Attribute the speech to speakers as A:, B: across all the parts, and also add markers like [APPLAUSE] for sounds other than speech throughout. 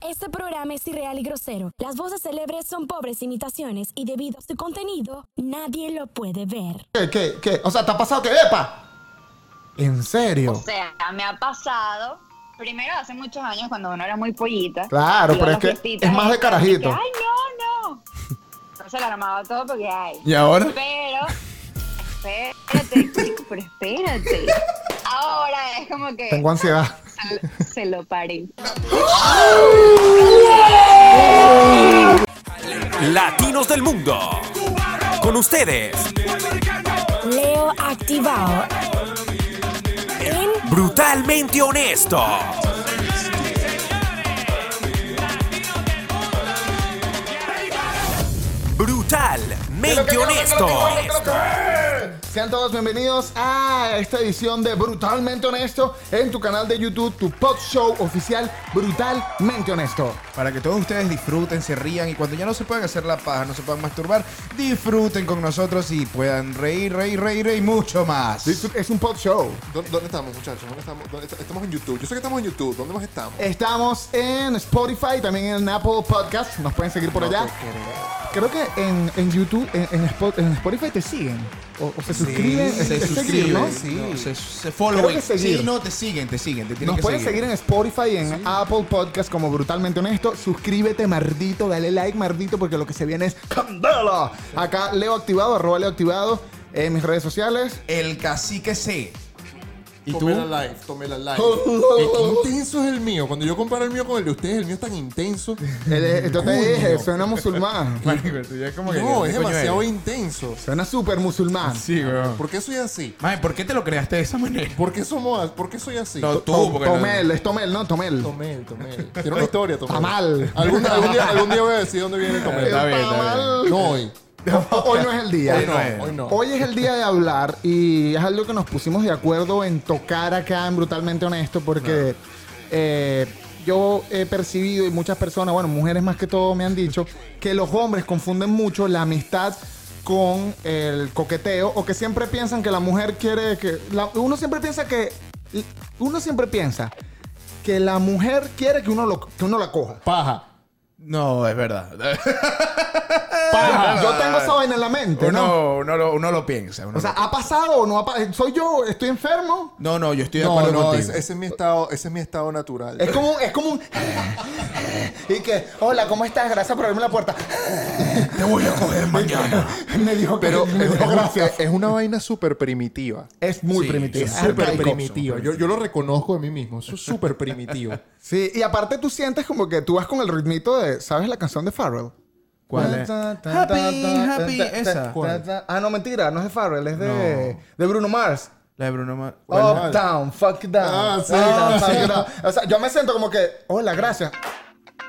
A: Este programa es irreal y grosero. Las voces célebres son pobres imitaciones y debido a su contenido, nadie lo puede ver.
B: ¿Qué, qué, qué? O sea, ¿te ha pasado que, epa? ¿En serio?
C: O sea, me ha pasado. Primero, hace muchos años, cuando uno era muy pollita.
B: Claro,
C: iba a
B: pero
C: las
B: es que
C: fiestitas
B: es más de
C: estas,
B: carajito.
C: y que, Ay, no, no. Entonces la armaba todo porque, ay.
D: ¿Y ahora?
C: Pero, espérate, chico, pero espérate. Ahora es como que
B: Tengo ansiedad.
C: se- se lo paré.
E: Latinos del Mundo. Con ustedes,
A: Leo activado. En
E: brutalmente honesto. Brutalmente honesto.
B: Sean todos bienvenidos a esta edición de Brutalmente Honesto en tu canal de YouTube, tu pod show oficial Brutalmente Honesto.
D: Para que todos ustedes disfruten, se rían y cuando ya no se puedan hacer la paja, no se puedan masturbar, disfruten con nosotros y puedan reír, reír, reír, reír y mucho más.
B: Es un pod show.
F: ¿Dó- ¿Dónde estamos, muchachos? ¿Dónde estamos? ¿Dónde est- estamos en YouTube. Yo sé que estamos en YouTube. ¿Dónde más estamos?
B: Estamos en Spotify, también en Apple Podcast. Nos pueden seguir por
F: No
B: allá.
F: te creo.
B: Creo que en, en YouTube, en, en Spot- en Spotify te siguen. O, o se suscriben.
D: se
B: es seguir,
D: suscriben,
B: ¿no?
D: sí.
F: No,
D: se, se
B: Creo que
D: following.
B: seguir.
D: Sí, no, te siguen, te siguen, te tienen
B: Nos
D: que
B: pueden seguir. en Spotify y en Apple Podcast como Brutalmente Honesto. Suscríbete, mardito. Dale like, mardito, porque lo que se viene es candela. Acá Leo Activado, arroba Leo Activado en mis redes sociales.
D: El cacique C.
F: ¿Y
D: tú?
F: la live, tomé
D: [LAUGHS]
F: la live. Qué intenso es el mío. Cuando yo comparo el mío con el de ustedes, el mío es tan
D: [LAUGHS]
F: intenso.
B: Él es- Entonces dije, suena musulmán.
D: Marico, tú ya es como que-
F: No,
D: ¿qué
F: es
D: coño
F: demasiado
D: eres?
F: intenso.
B: Suena súper musulmán.
D: Sí, weón.
F: ¿Por qué soy así?
D: Mae, ¿por qué te lo creaste de esa manera?
F: ¿Por qué somos as- ¿Por qué soy así?
D: No, tú,
B: To-
D: porque no-
B: Tomel, es Tomel, ¿no? Tomel.
F: Tomel, Tomel. Tiene
D: [LAUGHS]
F: una historia, Tomel.
B: Tamal.
F: Algún, algún día, algún día voy a decir dónde viene el
D: Está [LAUGHS]
F: Tomel.
D: bien, está bien.
B: Tamal.
F: No hoy.
B: Hoy no es el día.
D: Hoy no
F: No, hoy no.
B: Hoy es el día de hablar y es algo que nos pusimos de acuerdo en tocar acá en Brutalmente Honesto porque eh, yo he percibido y muchas personas, bueno, mujeres más que todo me han dicho que los hombres confunden mucho la amistad con el coqueteo o que siempre piensan que la mujer quiere que... la- uno siempre piensa que... Uno siempre piensa que la mujer quiere que uno, lo, que uno la coja.
F: Paja.
D: No, es verdad.
B: Yo tengo esa vaina en la mente, ¿no?
D: Uno, uno, lo, uno lo piensa. uno
B: O sea,
D: lo-
B: ¿ha pasado o no ha pasado? ¿Soy yo? ¿Estoy enfermo?
D: no, no, yo estoy de
F: No,
D: acuerdo
F: no,
D: contigo.
F: ese, ese es mi estado, ese es mi estado natural.
B: Es como, un- es como un... y que, hola, ¿cómo estás? Gracias por abrirme la puerta.
D: Te voy a coger mañana.
B: [LAUGHS] me dijo que
F: Pero
B: me
F: es,
B: dijo
F: es-
B: gracias.
F: es una vaina súper primitiva.
B: Es muy
D: Sí,
B: primitivo.
D: es
B: arcaico.
F: Súper primitiva. Yo, yo lo reconozco de mí mismo. Eso es súper primitivo.
B: Sí, y aparte tú sientes como que tú vas con el ritmito de... ¿Sabes la canción de Farrell?
D: ¿Cuál es? Happy, happy, esa.
B: Ah, no, mentira. No es de Farrell. Es de, de Bruno Mars.
D: La de Bruno
B: Oh,
D: Mars.
B: Up, down, fuck down.
F: Ah, sí.
B: Up, down,
F: Ah,
B: fuck
F: sí.
B: down. O sea, yo me siento como que... Hola, gracias.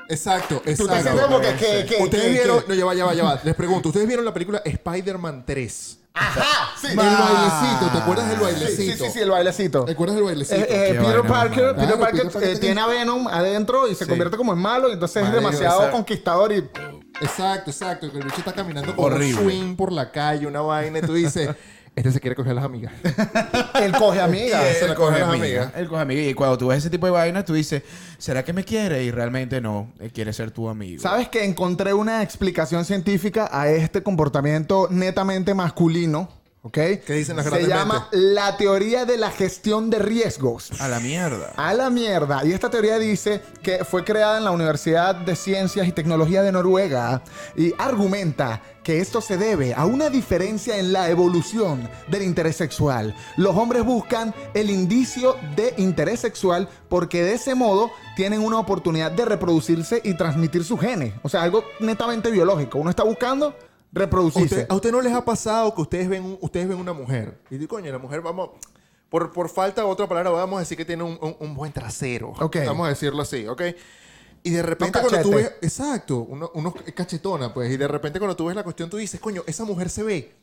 F: Exacto,
B: Tú te sientes
F: exacto.
B: como que... que, que
F: Ustedes
B: que-
F: vieron,
B: que-
F: no, ya va, ya va, ya va. Les pregunto, ¿ustedes vieron la película Spider-Man 3?
B: Ajá, sí. Ah,
F: El bailecito, ¿te acuerdas del
B: Sí, sí,
F: bailecito?
B: sí, sí, el bailecito.
F: ¿Te acuerdas del bailecito?
B: Eh, eh,
D: Qué
B: Peter,
D: vaina,
B: Parker,
D: mano.
B: Peter
F: Claro,
B: Parker,
F: Peter Parker
B: eh,
F: tiene-
B: tiene a Venom adentro y se
D: Sí.
B: convierte como en malo, y entonces
D: Marico,
B: es demasiado
D: esa-
B: conquistador y
F: Exacto, exacto. Que el bicho está caminando con
D: Horrible.
F: un swing por la calle, una vaina, y tú dices, [LAUGHS] este se quiere coger a las amigas.
B: [LAUGHS] él coge amigas.
F: se la coge a las amigas.
D: Él coge amiga. Y cuando tú ves ese tipo de vainas, tú dices, ¿será que me quiere? Y realmente no. Él quiere ser tu amigo.
B: ¿Sabes que encontré una explicación científica a este comportamiento netamente masculino? ¿Ok?
F: ¿Qué dicen las
B: Se
F: grandes
B: llama la teoría de la gestión de riesgos.
D: A
B: [LAUGHS]
D: la mierda.
B: A la mierda. Y esta teoría dice que fue creada en la Universidad de Ciencias y Tecnología de Noruega y argumenta que esto se debe a una diferencia en la evolución del interés sexual. Los hombres buscan el indicio de interés sexual porque de ese modo tienen una oportunidad de reproducirse y transmitir sus genes. O sea, algo netamente biológico. Uno está buscando reproducirse.
F: Usted- ¿A usted no les ha pasado que ustedes ven, un- ustedes ven una mujer? Y dicen, coño, la mujer, vamos, por, por falta de otra palabra, vamos a decir que tiene un, un- un buen trasero.
B: Ok.
F: Vamos a decirlo así, ¿ok? Y de repente
B: Unos
F: cuando tú
B: cachetes.
F: ves... Exacto, uno- unos cachetona, pues. Y de repente cuando tú ves la cuestión, tú dices, coño, esa mujer se ve...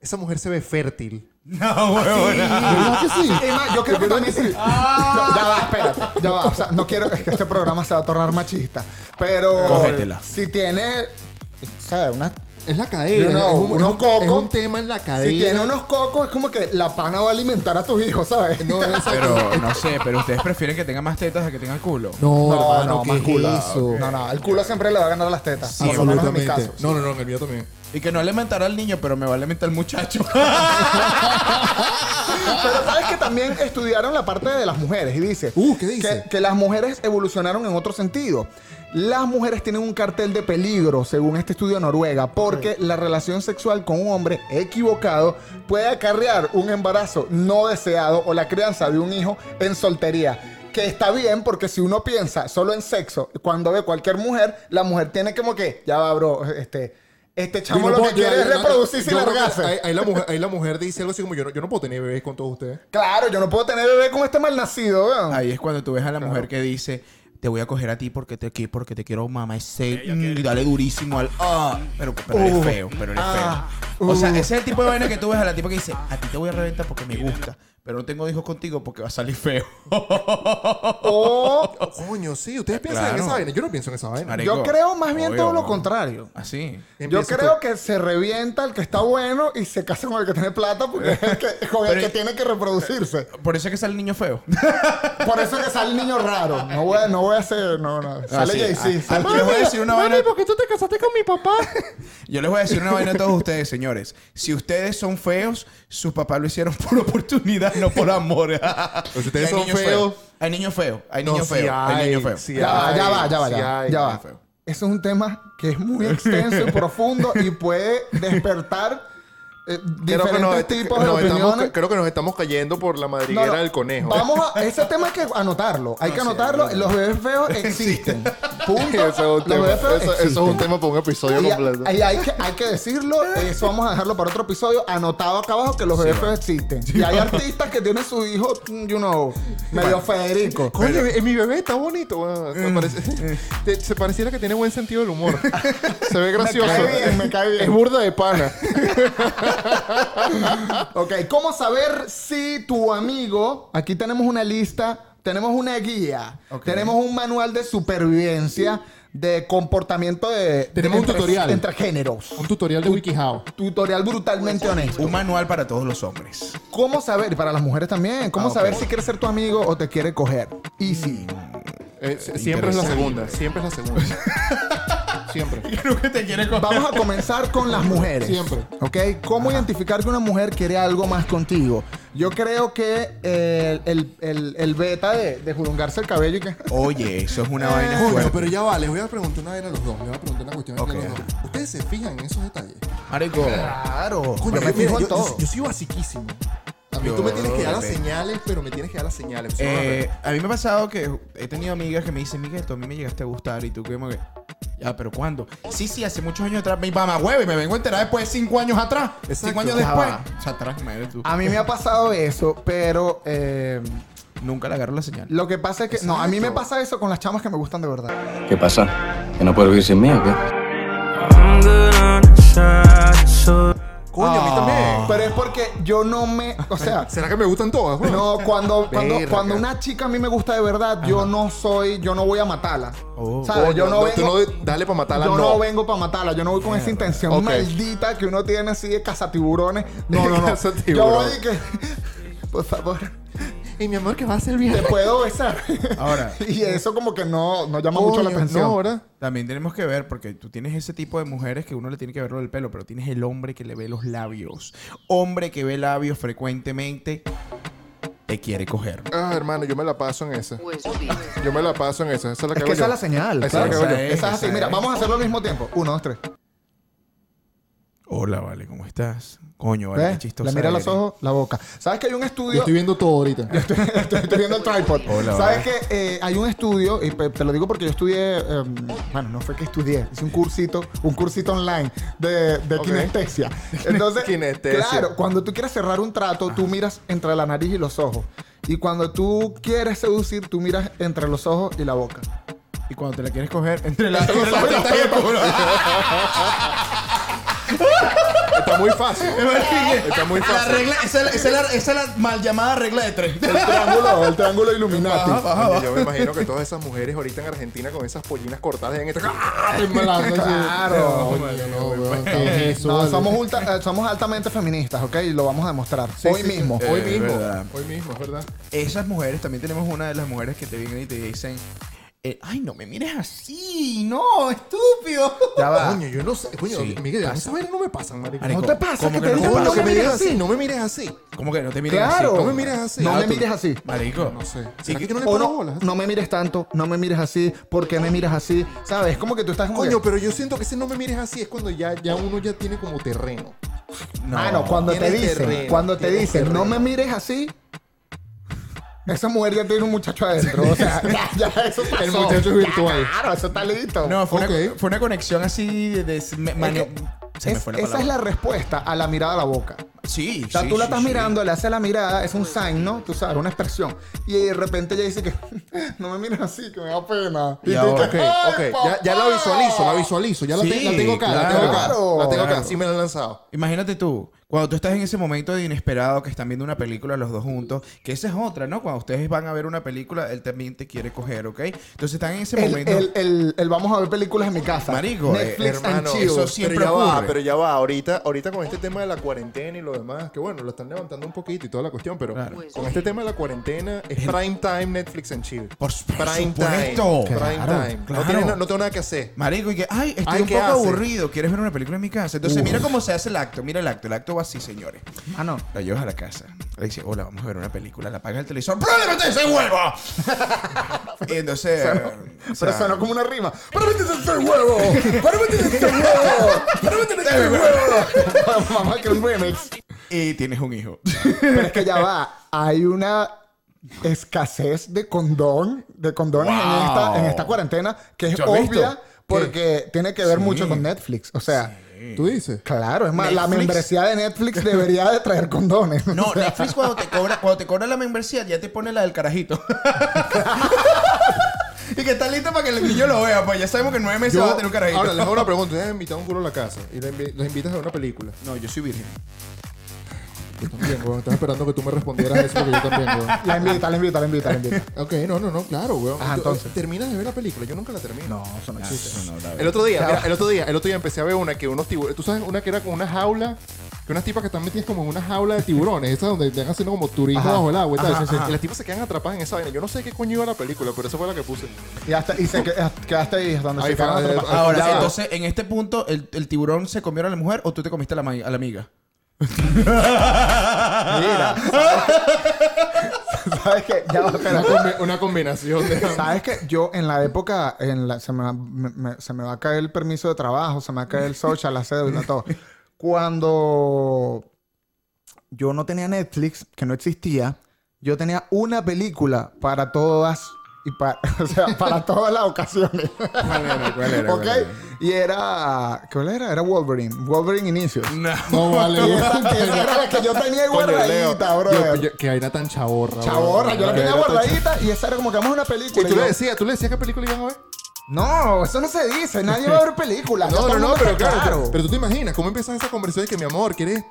F: Esa mujer se ve fértil.
D: No, huevona.
B: ¿Verdad que sí? Es más, yo creo que también sí. No, ya va, espérate. Ya va. O sea, no quiero es que este programa se va a tornar machista. Pero
D: Cógetela.
B: si tiene, o sea, una
F: Es la cadera.
B: No, no,
F: es,
B: unos
F: un, es un- es
B: cocos.
F: un tema en la cadera.
B: Si tiene unos cocos, es como que la pana va a alimentar a tus hijos, ¿sabes?
F: No,
B: [LAUGHS]
F: esa-
D: Pero no sé, pero ustedes prefieren que tenga más tetas a que tenga culo.
F: no, hermano, ¿qué es
B: culo.
F: eso?
B: No, no, el culo siempre le va a ganar a las tetas.
F: Sí,
B: por lo menos en mi
F: absolutamente.
B: caso.
F: No, no, no, en el mío también.
D: Y que no alimentará al niño, pero me va a alimentar
B: [LAUGHS]
D: al muchacho.
B: Pero sabes que también estudiaron la parte de las mujeres y dice,
F: Uh, ¿qué dice?
B: Que, que las mujeres evolucionaron en otro sentido. Las mujeres tienen un cartel de peligro, según este estudio de Noruega, porque la relación sexual con un hombre equivocado puede acarrear un embarazo no deseado o la crianza de un hijo en soltería. Que está bien porque si uno piensa solo en sexo, cuando ve cualquier mujer, la mujer tiene como que, ya va, bro, este, este chamo lo
F: Yo no
B: que
F: puedo-
B: quiere
F: yo-
B: es
F: yo-
B: reproducirse y
F: yo creo que
B: largarse.
F: Ahí, ahí la mujer, ahí la mujer dice algo así como: yo no, yo no puedo tener bebés con todos ustedes.
B: Claro, yo no puedo tener bebé con este malnacido, weón.
D: Ahí es cuando tú ves a la mujer que dice, te voy a coger a ti porque te, qui- porque te quiero mamá ese y dale durísimo al ah, pero, pero eres
B: Uh,
D: feo, pero eres
B: ah,
D: feo. O sea,
B: uh.
D: ese es el tipo de vaina que tú ves a la tipa que dice, a ti te voy a reventar porque me gusta, pero no tengo hijos contigo porque va a salir feo. [LAUGHS]
B: O
F: Coño, sí, ustedes piensan
D: Claro.
F: en esa vaina. Yo no pienso en esa vaina.
D: Marico,
B: yo creo más bien
D: obvio,
B: todo lo
D: ¿no?
B: contrario.
D: Así.
B: Yo
F: Empieza
B: creo
F: tú.
B: que se revienta el que está bueno y se casa con el que tiene plata porque es el
D: [LAUGHS]
B: que, con el
D: Pero-
B: que tiene que reproducirse.
D: Por eso es que sale el niño feo.
B: Por eso que sale el niño raro. No voy, a- no voy a hacer. No, no. Sale
D: sí.
B: Jay-Z.
D: Ah,
B: sale-
D: ah, les voy a decir una vaina-
F: ¿por qué tú te casaste con
B: [LAUGHS]
F: mi papá?
D: Yo les voy a decir una vaina a todos ustedes, señores. Si ustedes son feos, sus papás lo hicieron por [LAUGHS] oportunidad, no por amor. [LAUGHS]
F: si ustedes
D: Hay
F: son
D: niños
F: feos-
D: hay niños feos, hay
F: No,
D: niños
F: sí
D: feos, hay
F: hay,
D: niños feos.
F: sí
B: Ya va, ya va, ya va,
F: Sí
B: ya va.
F: hay,
B: ya
F: sí
B: va.
F: hay feo.
B: Eso es un tema que es muy
D: [LAUGHS]
B: extenso y profundo y puede despertar eh,
F: Creo que,
B: diferentes
F: nos,
D: este,
B: tipos de
F: nos estamos,
B: opiniones.
F: creo que nos estamos cayendo por la
B: No,
F: madriguera
B: no.
F: del conejo. [LAUGHS] Ah,
B: Vamos a. Ese tema hay que anotarlo. Hay que anotarlo. Los bebés
F: [LAUGHS]
B: feos existen. Punto.
F: Eso es un
B: Los
F: tema.
B: bebés feos
F: Eso- eso es
B: existen.
F: un tema para un episodio
B: Y-
F: completo.
B: y hay, que, hay que decirlo, eso vamos a dejarlo para otro episodio, anotado acá abajo que los bebés feos existen. y hay artistas que tienen su hijo, mm, you know, medio Federico.
F: Coño, eh, mi bebé está bonito. bueno, se,
B: Mm,
F: parece- [LAUGHS] te- se pareciera que tiene buen sentido del
B: [LAUGHS]
F: humor. Se ve gracioso.
B: cae bien, me cae bien.
F: Es burda de pana.
B: Ok, ¿cómo saber si tu amigo, aquí tenemos una lista, tenemos una guía,
D: Ok.
B: tenemos un manual de supervivencia, de comportamiento de...
F: Tenemos un
B: entre-
F: tutorial.
B: Entre géneros.
F: Un tutorial de WikiHow.
B: Tutorial brutalmente honesto.
D: Un manual para todos los hombres.
B: ¿Cómo saber? y Para las mujeres también. ¿Cómo
D: Ah, ok.
B: saber si quiere ser tu amigo o te quiere coger? Easy.
F: Eh, si- siempre es la segunda. Siempre es la segunda.
B: [LAUGHS]
F: siempre.
D: Creo que te quiere coger.
B: Vamos a comenzar con las mujeres.
F: Siempre.
B: ¿Ok? ¿Cómo identificar que una mujer quiere algo más contigo? Yo creo que eh, el, el- el beta de, de jurungarse el cabello y que... [LAUGHS]
D: Oye, eso es una vaina
F: Coño,
D: fuerte.
F: pero ya va, les voy a preguntar una vez a los dos. Les voy a preguntar una cuestión
D: Ok,
F: a los dos.
D: ajá.
F: ¿Ustedes se fijan en esos detalles?
D: Marico.
B: Claro.
F: Coño,
B: yo me
F: mira,
B: fijo en
F: yo,
B: todo.
F: yo soy basiquísimo. A mí tú me
D: Yo,
F: tienes que dar las
D: bebé.
F: señales, pero me tienes que dar las señales. Eso no me
D: eh, a mí me ha pasado que he tenido amigas que me dicen, Miguel, tú a mí me llegaste a gustar y tú como que... Ya, pero ¿cuándo? Sí, sí, hace muchos años atrás. Mi mamá huevo y me vengo a enterar después de cinco años atrás. Cinco
F: Exacto.
D: años
F: Ya
D: después.
F: va.
D: O sea, atrás, madre, tú.
B: A mí me ha pasado eso, pero eh,
D: Nunca le agarro la señal.
B: lo que pasa es que... No, a mí me pasa eso con las chamas que me gustan de verdad.
G: ¿Qué pasa? ¿Que no puedo vivir sin mí o qué?
F: Coño, a mí también.
B: Ah. Pero es porque yo no me... O sea...
F: ¿Será que me gustan todas? güey?
B: No,
F: [LAUGHS]
B: cuando, cuando,
F: Verga.
B: cuando una chica a mí me gusta de verdad, yo no soy, yo no voy a matarla.
D: Oh.
B: ¿Sabes?
F: Coño,
B: yo no,
F: no,
B: vengo,
F: tú no de- dale pa' matarla,
B: Yo no,
F: no.
B: vengo para matarla, yo no voy con esa intención
F: Ok.
B: maldita que uno tiene así de cazatiburones. No, no,
F: [LAUGHS]
B: no. yo
F: Cazatiburón.
B: voy y que, [LAUGHS] por favor,
F: Y mi amor, que va a ser
B: te
F: bien.
B: puedo besar. [LAUGHS]
D: Ahora.
B: y eso como que no, no llama mucho la
F: Coño,
B: atención.
F: No, ahora.
D: También tenemos que ver, porque tú tienes ese tipo de mujeres que uno le tiene que ver lo del pelo, pero tienes el hombre que le ve los labios. Hombre que ve labios frecuentemente, te quiere coger.
F: Ah, hermano, yo me la paso en esa.
C: Pues sí.
F: Yo me la paso en esa. Esa es la que
B: es
F: hago
B: que esa
F: yo.
B: es la señal.
F: Esa
B: claro.
F: es la que hago
D: Esa
F: yo.
D: es,
B: Esa es así.
D: esa
B: Mira,
D: es.
B: vamos a hacerlo al mismo tiempo. Uno, dos, tres.
D: Hola, vale, ¿cómo estás? Coño, vale, qué
B: ¿Ves?
D: chistoso.
B: La mira a los ojos, la boca. ¿Sabes que hay un
F: Yo
B: estudio?
F: estoy viendo todo ahorita.
B: [LAUGHS] estoy, estoy viendo el tripod.
D: Hola,
B: ¿Sabes que hay un estudio, y pe- te lo digo porque yo estudié, em, bueno, no fue que estudié, hice un cursito, un cursito online de, de kinestesia. Entonces,
F: Kinestesia.
B: claro, cuando tú quieres cerrar un trato, tú miras entre la nariz y los ojos. Y cuando tú quieres seducir, tú miras entre los ojos y la boca.
D: Y cuando te la quieres coger, entre las
B: Entre los ojos y la
D: tetas y el culo.
F: Está muy fácil. Está muy
H: La
F: fácil.
H: regla, esa, es la- esa es la, esa es la mal llamada regla de tres.
B: El triángulo, el triángulo Illuminati.
H: Ajá, ajá.
F: Yo me imagino que todas esas mujeres ahorita en Argentina con esas pollinas cortadas en esta.
B: Claro. Eh, no,
H: vale.
B: somos, ultra- eh, somos altamente feministas, ¿ok? Y lo vamos a demostrar
F: Sí,
B: hoy
F: sí, sí.
B: mismo.
F: Eh,
B: Hoy-
F: mismo.
D: verdad.
F: Hoy mismo, es verdad.
D: [LAUGHS] Esas mujeres, también tenemos una de las mujeres que te vienen y te dicen, eh, ay, no me mires así, no, estúpido.
B: Ya va.
F: Coño, yo no sé. Eh, Coño,
D: Sí,
F: Miguel, esas vainas no me pasan, marico.
D: Marico,
F: No te pasa
D: ¿cómo que
F: que te
D: no
F: digo,
D: te
F: no
D: pasa?
F: me mires así, no me mires así.
D: ¿Cómo que no te mires así?
B: Claro.
F: No me mires así.
B: No me
F: Claro, tú-
B: mires así.
D: Marico.
F: No sé.
D: Sí,
F: ¿Será que yo no le
B: O
F: paro
B: no,
F: bolas?
B: no me mires tanto, no me mires así, ¿por qué me miras así? ¿Sabes? Es como que tú estás como
F: Coño,
B: que-
F: pero yo siento que ese no me mires así es cuando ya, ya uno ya tiene como terreno.
B: Mano, cuando te
F: tienes
B: dicen,
F: terreno,
B: cuando te
F: tienes
B: dicen, no
F: terreno.
B: me mires así, esa mujer ya tiene un muchacho adentro. O sea, ya, ya eso pasó.
F: El muchacho es
B: Ya,
F: virtual.
B: Claro, eso está listo.
D: No, fue, una,
F: Ok.
D: fue una conexión así de... de- me- mane-
B: que
D: se me
B: Es-
D: fue la
B: esa es la
D: palabra.
B: respuesta a la mirada a la boca.
D: Sí,
B: O sea,
D: sí,
B: tú la
D: sí,
B: estás
D: sí.
B: mirando, le haces la mirada, es un sign, ¿no? Tú sabes, una expresión. Y de repente ella dice que [LAUGHS] no me mires así, que me da pena.
D: Y
B: tú "Ah".
D: ahora,
B: que,
F: Ok,
B: "Ay,
F: ok. Ya, ya la
B: papá".
F: visualizo, la visualizo. Ya la,
D: Sí,
F: te- la tengo acá, la tengo acá.
B: claro.
F: La tengo acá,
D: Claro.
F: sí me la han lanzado.
D: Imagínate tú, cuando tú estás en ese momento de inesperado que están viendo una película los dos juntos, que esa es otra, ¿no? Cuando ustedes van a ver una película, él también te quiere coger, ¿ok? Entonces están en ese
B: El,
D: Este momento.
B: el- el- el vamos a ver películas en mi casa.
D: Marico, eh,
B: Netflix and
F: Hermano,
B: chill.
D: eso sí- siempre
F: pero ya va,
B: [LAUGHS]
D: ocurre.
F: pero ya va. Ahorita, ahorita con este tema de la cuarentena y lo demás, que bueno, lo están levantando un poquito y toda la cuestión, pero
D: Claro.
F: con este tema de la cuarentena es prime time Netflix and chill.
D: Por su- por
F: prime
D: supuesto.
F: time. Prime
D: Claro,
F: time.
D: claro.
F: No, tiene na- no tengo nada que hacer.
D: Marico, y que, ay, estoy
F: Ay,
D: un
F: ¿qué
D: poco
F: hace?
D: aburrido, ¿quieres ver una película en mi casa? Entonces, mira cómo se hace el acto, mira el acto, el acto va así, señores.
B: Ah, no.
D: La llevas a la casa, le dice, hola, vamos a ver una película, la apagas el televisor, ¡Probablemente ese huevo! [LAUGHS] y entonces. o sea,
B: Pero sonó como una rima.
F: [LAUGHS]
B: ¡Para meterse ese huevo! ¡Para meterse ese
D: [LAUGHS]
B: huevo! ¡Para meterse [LAUGHS]
D: este
B: ese huevo! Mamá, que un remix.
D: Y tienes un hijo.
B: Pero es que ya va. Hay una escasez de condón, de condones en,
D: Wow.
B: esta, en esta cuarentena que es
D: ¿Yo he visto?
B: obvia porque tiene que ver mucho con Netflix. O sea,
F: ¿Tú dices?
B: claro, es más, la
D: Netflix.
B: membresía de Netflix debería de traer condones.
D: [LAUGHS] No,
B: [LAUGHS]
D: Netflix cuando te cobra, cuando te cobra la membresía ya te pone la del [LAUGHS] carajito. y que está lista para que el niño lo vea, pues ya sabemos que en nueve meses va a tener un carajito.
F: ahora les hago una pregunta. Ustedes han invitado un culo a la casa y les, invi- los invitas a ver una película.
D: No, yo soy virgen.
F: Yo también, weón. Estaba esperando que tú me respondieras eso porque yo también, weón.
B: La invita, la invita, la invita, la invita.
F: Ok, no, no, no, claro, weón.
B: Ah, entonces.
F: Terminas de ver la película, yo nunca la termino.
B: No, eso no existe.
F: El otro día, mira, el otro día, el otro día empecé a ver una que unos tiburones, tú sabes, una que era con una jaula, que unas tipas que están metidas como en una jaula de tiburones, esas donde están haciendo como turismo bajo el agua y tal. Y las tipas se quedan atrapadas en esa vaina. Yo no sé qué coño iba la película, pero esa fue la que puse.
B: Y, hasta, y se que- quedaste ahí donde
F: Ahí
B: se quedaron
F: fue, eh,
B: atrapados.
D: Ahora,
F: Ya va.
D: entonces, en este punto, ¿el, el tiburón se comió a la mujer o tú te comiste a la, ma- a la amiga? [LAUGHS]
B: ¿Sabes qué? Ya va, espera.
F: Una, combi- una combinación [LAUGHS] de.
B: ¿Sabes que Yo en la época, en la, se, me va, me- me- se me va a caer el permiso de trabajo, se me va a caer el social, la cédula, todo. Cuando yo no tenía Netflix, que no existía, yo tenía una película para todas y para, [LAUGHS] o sea, para todas las ocasiones. ¿Ok? Y era, ¿qué era? Era Wolverine. Wolverine Inicios.
F: No [LAUGHS] vale,
B: Y
F: weón.
B: esa, esa era la que yo tenía
F: Coño, Leo.
B: guardadita, bro.
F: Yo- yo- Que vaina tan chaborra.
B: Chaborra,
F: weón.
B: yo la tenía
F: Era tan
B: guardadita y esa era como que vamos a una
F: chaborra.
B: película.
F: Y tú
B: yo-
F: le decías, tú le decías qué película iban a ver.
B: no, eso no se dice. Nadie va a ver películas. Ya
F: No,
B: todo
F: no,
B: el
F: no,
B: mundo
F: pero
B: está
F: claro. Pero, pero tú te imaginas, ¿cómo empiezas esa conversación de que mi amor, ¿quieres,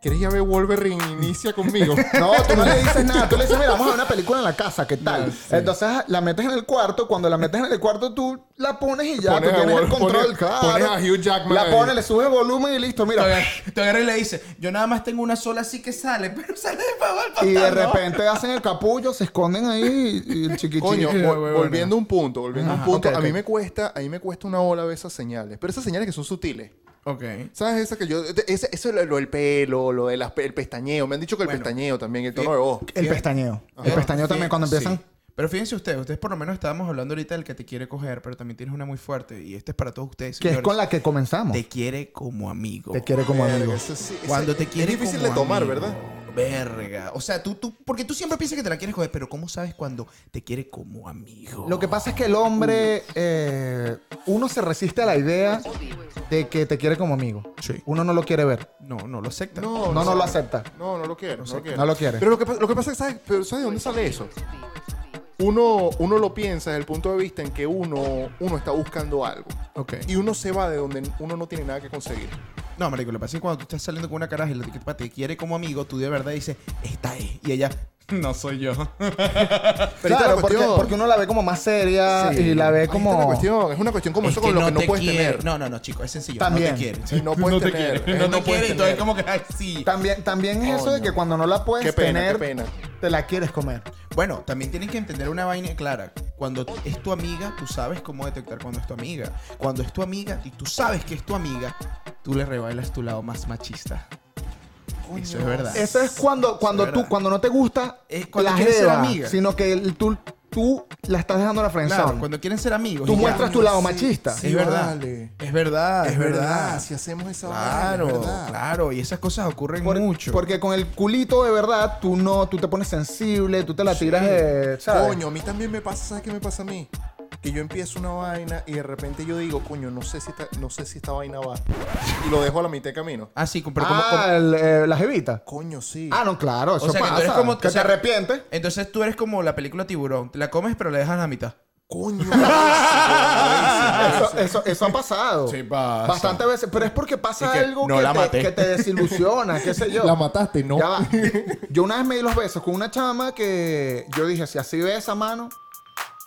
F: ¿quieres ya ver Wolverine inicia conmigo?
B: [LAUGHS] No, tú no le dices nada. Tú le dices, mira, vamos a ver una película en la casa, ¿qué
F: Ah,
B: tal? Entonces la metes en el cuarto. Cuando la metes en el cuarto, tú la pones y ya.
F: Pones
B: tú
F: a
B: tienes el
F: Wal-
B: control,
F: pones-
B: claro.
F: pones a Hugh Jackman
B: La
F: ahí.
B: pones, le subes volumen y listo,
D: Te
B: mira.
D: agarra- Te agarra y le dice, yo nada más tengo una sola así que sale, [LAUGHS] pero sale de favor.
B: Y
F: [LAUGHS]
B: de
D: fantasma".
B: repente hacen el capullo, se esconden ahí y- y el chiquitín.
F: [LAUGHS] Coño,
B: Eh,
F: vol- volviendo a un punto, volviendo a un
B: Ajá,
F: punto,
B: ok,
F: a
B: ok.
F: mí me cuesta, a mí me cuesta una ola ver esas señales, pero esas señales que son sutiles.
D: Ok.
F: ¿Sabes esa que yo de- ese- eso es lo, lo del pelo, lo del aspe- el pestañeo, me han dicho que el pestañeo también, el
B: eh,
F: tono de voz.
B: El pestañeo. El pestañeo también cuando
D: Sí.
B: empiezan.
D: Pero fíjense ustedes, ustedes por lo menos estábamos hablando ahorita del que te quiere coger, pero también tienes una muy fuerte y esta es para todos ustedes.
B: Que es
D: señores.
B: con la que comenzamos.
D: Te quiere como amigo.
B: Te quiere como
F: Verga,
B: amigo.
F: ese sí- ese-
D: Cuando te quiere
F: Es difícil
D: como
F: de tomar,
D: amigo.
F: ¿verdad?
D: Verga. O sea, tú, tú, porque tú siempre piensas que te la quieres coger, pero ¿cómo sabes cuando te quiere como amigo?
B: Lo que pasa es que el hombre, eh, uno se resiste a la idea de que te quiere como amigo.
D: Sí.
B: Uno no lo quiere ver.
D: No, no lo acepta.
B: No, no, lo acepta.
F: No, no lo quiero. No, lo quiero.
B: no lo quiere.
F: Pero lo que, pa- lo que pasa es, ¿sabes? Pero ¿sabes de dónde sale eso? Uno, uno lo piensa desde el punto de vista en que uno, uno está buscando algo.
D: Ok.
F: Y uno se va de donde uno no tiene nada que conseguir.
D: No, marico, lo que pasa es que cuando tú estás saliendo con una caraja y la tipa te quiere como amigo, tú de verdad dices, esta es. Y ella, [LAUGHS] no soy yo.
B: Pero
F: ahí está
B: claro,
F: la
B: porque,
F: cuestión.
B: porque uno la ve como más seria
D: Sí.
B: Ah, y la ve
F: Ahí está la
B: como...
F: cuestión. Es una cuestión como
D: Es
F: eso con lo que no
D: te
F: puedes
D: quiere.
F: tener.
D: No, no, no, chico, es sencillo.
B: También.
D: [LAUGHS] No te quiere.
F: Y no puedes tener. Es
D: No
F: una
D: te quiere,
F: puedes
D: entonces
F: tener.
D: como que, ay, sí.
B: También, también es eso de que cuando no la puedes
F: Qué pena,
B: tener,
F: qué pena.
B: te la quieres comer.
D: Bueno, también tienes que entender una vaina clara. Cuando es tu amiga, tú sabes cómo detectar cuando es tu amiga. Cuando es tu amiga y tú sabes que es tu amiga, tú le revelas tu lado más machista. Eso es
F: Ah,
D: verdad.
B: Eso es cuando, cuando
D: Es
B: tú,
D: verdad.
B: cuando no te gusta
D: Es cuando
B: la
D: quieres ser
B: jeva,
D: amiga.
B: sino que el- tú, tú la estás dejando en la friendzone.
D: Claro, cuando quieren ser amigos.
B: Tú
D: y ya.
B: muestras tu lado machista.
D: Es
F: Sí,
D: verdad.
F: vale.
D: Es verdad.
F: Es verdad. Si
D: Claro,
F: hacemos esa vaina, es
D: claro,
F: verdad.
D: claro. Y esas cosas ocurren
B: Por-
D: mucho.
B: Porque con el culito de verdad, tú no, tú te pones sensible, tú te la tiras de. ¿sabes?
F: Coño, a mí también me pasa, ¿sabes qué me pasa a mí? Que yo empiezo una vaina y de repente yo digo, coño, no sé si esta, no sé si esta vaina va. Y lo dejo a la mitad de camino.
D: Ah, sí, pero como, como-
B: Ah, el, eh, la jevita.
F: Coño, sí.
B: Ah, no, claro, eso
D: o sea, que
B: pasa.
D: tú eres como...
B: que
D: o sea,
B: te arrepientes.
D: Entonces tú eres como la película Tiburón. Te la comes, pero la dejas a la mitad.
B: [LAUGHS]
F: Coño. buenísimo.
B: Ah, Eso, eso, eso ha pasado.
D: Sí, pasa.
B: Bastantes veces. Pero es porque pasa
D: Y que
B: algo
D: no
B: que,
D: la
B: te,
D: maté.
B: que te desilusiona, qué sé
D: [LAUGHS]
B: yo.
F: La mataste, ¿no?
B: Ya va. Yo una vez me di los besos con una chama que yo dije, si así ve esa mano,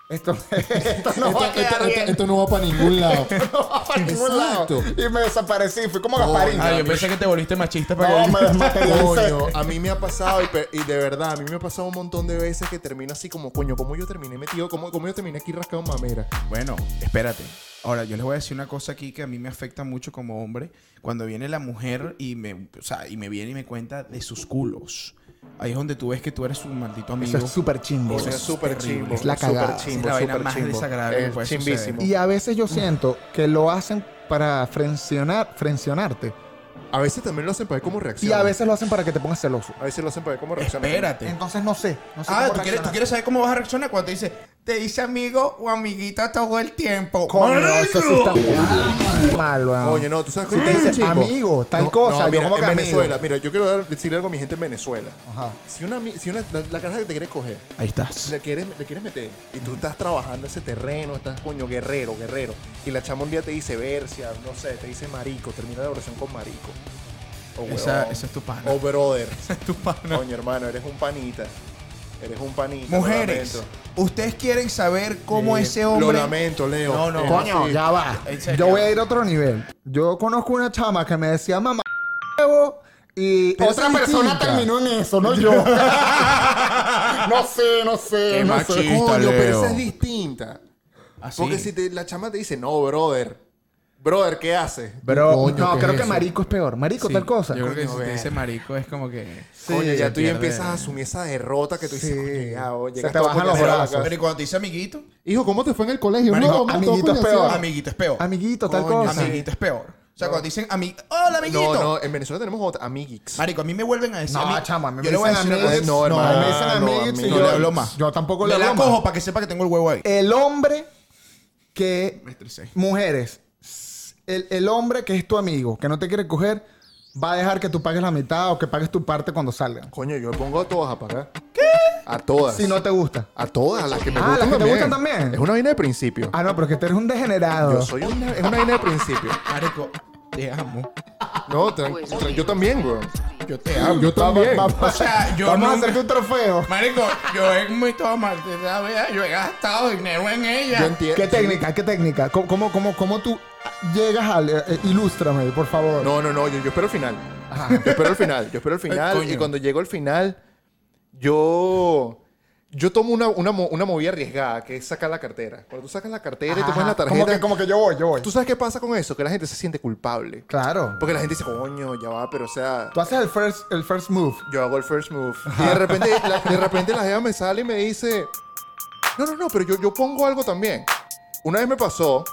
B: esto, [LAUGHS] esto no va a
F: Esto, esto-
B: quedar
F: esto-
B: bien.
F: esto no va para
B: [LAUGHS]
F: ningún lado.
B: No va para ningún lado.
F: Exacto.
B: Y me desaparecí, fui como Gasparín.
D: Ah, yo pensé que te volviste machista.
B: No,
D: porque-
B: me desmaterialicé.
F: Coño, a mí me ha pasado, y, pe- y de verdad, a mí me ha pasado un montón de veces que termino así como, coño, ¿cómo yo terminé metido? ¿Cómo, cómo yo terminé aquí rascado en mamera?
D: Bueno, espérate. Ahora, yo les voy a decir una cosa aquí que a mí me afecta mucho como hombre. Cuando viene la mujer y me, o sea, y me viene y me cuenta de sus culos. Ahí es donde tú ves que tú eres un maldito amigo.
B: Eso es súper chingo.
F: Eso es súper chimbo.
B: Es la cagada.
F: Súper
D: Es
F: chimbo,
D: la vaina
F: súper
D: más
F: chimbo.
D: desagradable que
F: Es
D: puede
F: chimbísimo.
B: Y a veces yo siento que lo hacen para frencionar, frencionarte.
F: A veces también lo hacen para ver cómo
B: Y
F: reacciona.
B: a veces lo hacen para que te pongas celoso.
F: A veces lo hacen para ver cómo reacciona.
D: Espérate.
B: Entonces no sé. No sé
D: Ah,
B: cómo
D: ¿tú quieres, tú
B: reaccionar.
D: quieres saber cómo vas a reaccionar cuando te dice, te dice amigo o amiguita todo el tiempo.
B: Coño, eso sí está muy mal, weón.
F: Coño, no, tú sabes
B: Si te
F: es
B: dice,
F: chimbo?
B: amigo, tal cosa, yo
F: mira,
B: como
F: en
B: que amigo.
F: Venezuela, mira, yo quiero dar- decirle algo a mi gente en Venezuela.
B: Ajá.
F: Si una, ami- si una la, la caraja que te quieres coger,
D: Ahí estás.
F: le quieres, le quieres meter, y tú estás trabajando ese terreno, estás coño guerrero, guerrero, y la chama un día te dice Versia, no sé, te dice marico, termina la oración con marico. O
D: Esa-
F: huevón.
D: esa es tu pana.
F: O
D: [LAUGHS]
F: brother.
D: Tu pana.
F: Coño, hermano, eres un panita. Eres un panita. lo
D: Mujeres,
F: lamento.
D: ustedes quieren saber cómo
F: Eh,
D: ese hombre.
F: Lo lamento, Leo. Este,
D: No, no.
F: Es
B: Coño,
F: así.
B: ya va.
D: En serio.
B: Yo voy a ir a otro nivel. Yo conozco una chama que me decía mamá huevo", y
F: Pero
B: otra
F: esa es
B: persona
F: distinta.
B: terminó en eso, no
F: [LAUGHS]
B: yo. no sé, no sé.
D: Qué
B: no
D: machi-
B: sé.
F: Coño, pero
D: Leo.
F: esa es distinta.
D: Así.
F: Porque si te- la chama te dice, no, brother. Brother, ¿qué haces?
B: Pero
F: Coño,
B: no,
F: ¿qué
B: creo
F: es
B: que
F: eso?
B: marico es peor. Marico
D: Sí,
B: tal cosa.
D: Yo creo que
F: Coño,
D: si te
F: verga.
D: dice marico es como que.
F: Coño, ya tú
D: pierde.
F: ya empiezas a asumir esa derrota que tú dices,
B: Sí.
F: "Coño, ya, oye,
B: Se
F: llegas
B: te
F: todo
B: bajan los
F: coño,
B: brazos.
F: acá".
D: Pero ¿y cuando te dice amiguito,
F: Hijo, ¿cómo te fue en el colegio?
B: Marico,
F: no, mamá, todo
B: amiguito es
F: coño,
B: peor.
F: así.
D: amiguito es peor.
B: Ah. Amiguito, tal
F: Coño,
B: cosa.
D: Amiguito es peor. O sea, cuando te dicen ami ¡Hola, amiguito!
F: No, no, en Venezuela tenemos otra, amiguix.
D: Marico, a mí me vuelven a decir.
B: No,
D: ami-
B: chamo, a mí me
D: yo le voy a
B: dicen
D: decir una
B: amigues,
D: cosa.
F: no,
B: A mí me dicen
F: hermano,
B: amigues y
F: amigo.
B: yo
D: No le hablo más.
B: Yo tampoco le
D: Me la
B: hablo más.
D: cojo para que sepa que tengo el huevo ahí.
B: El hombre que
D: Me estresé.
B: mujeres, el, el hombre que es tu amigo, que no te quiere coger, va a dejar que tú pagues la mitad o que pagues tu parte cuando salgan.
F: Coño, yo pongo a todas a pagar. ¿Qué? A todas.
B: Si no te gusta.
F: A todas, a las que me
B: Ah, las
F: gustan.
B: que te
F: también.
B: gustan también.
F: Es una vaina de principio.
B: Ah, no, pero que tú eres un degenerado.
F: Yo soy una, es una vaina de principio.
D: Marico, te amo.
F: No, tran- tran- yo también, güey.
D: Yo te
B: Ah,
D: amo.
F: Yo también.
B: Vamos,
D: O sea, yo
B: vamos a
D: nunca-
B: hacerte un trofeo.
D: Marico, yo he muy mal, ¿sabes? Yo he gastado dinero en ella.
F: Yo entiendo.
B: ¿Qué técnica? ¿Qué técnica? ¿Cómo, cómo, cómo, cómo tú llegas al... eh, eh, ilústrame, por favor.
F: No, no, no, yo, yo espero el final.
B: Ah.
F: Yo espero el final, yo
B: [LAUGHS]
F: espero el final.
D: coño.
F: y cuando llego al final, yo. Yo tomo una, una, mo- una movida arriesgada, que es sacar la cartera. Cuando tú sacas la cartera y te
B: Ajá.
F: pones la
B: Como que,
F: tarjeta.
B: como que yo voy, yo voy.
F: ¿Tú sabes qué pasa con eso? Que la gente se siente culpable.
B: Claro.
F: Porque la gente dice, coño, ya va, pero o sea.
B: Tú haces el first, el first move.
F: Yo hago el first move. Y de repente, la, de repente la jeva me sale y me dice, no, no, no, pero yo, yo pongo algo también. Una vez me pasó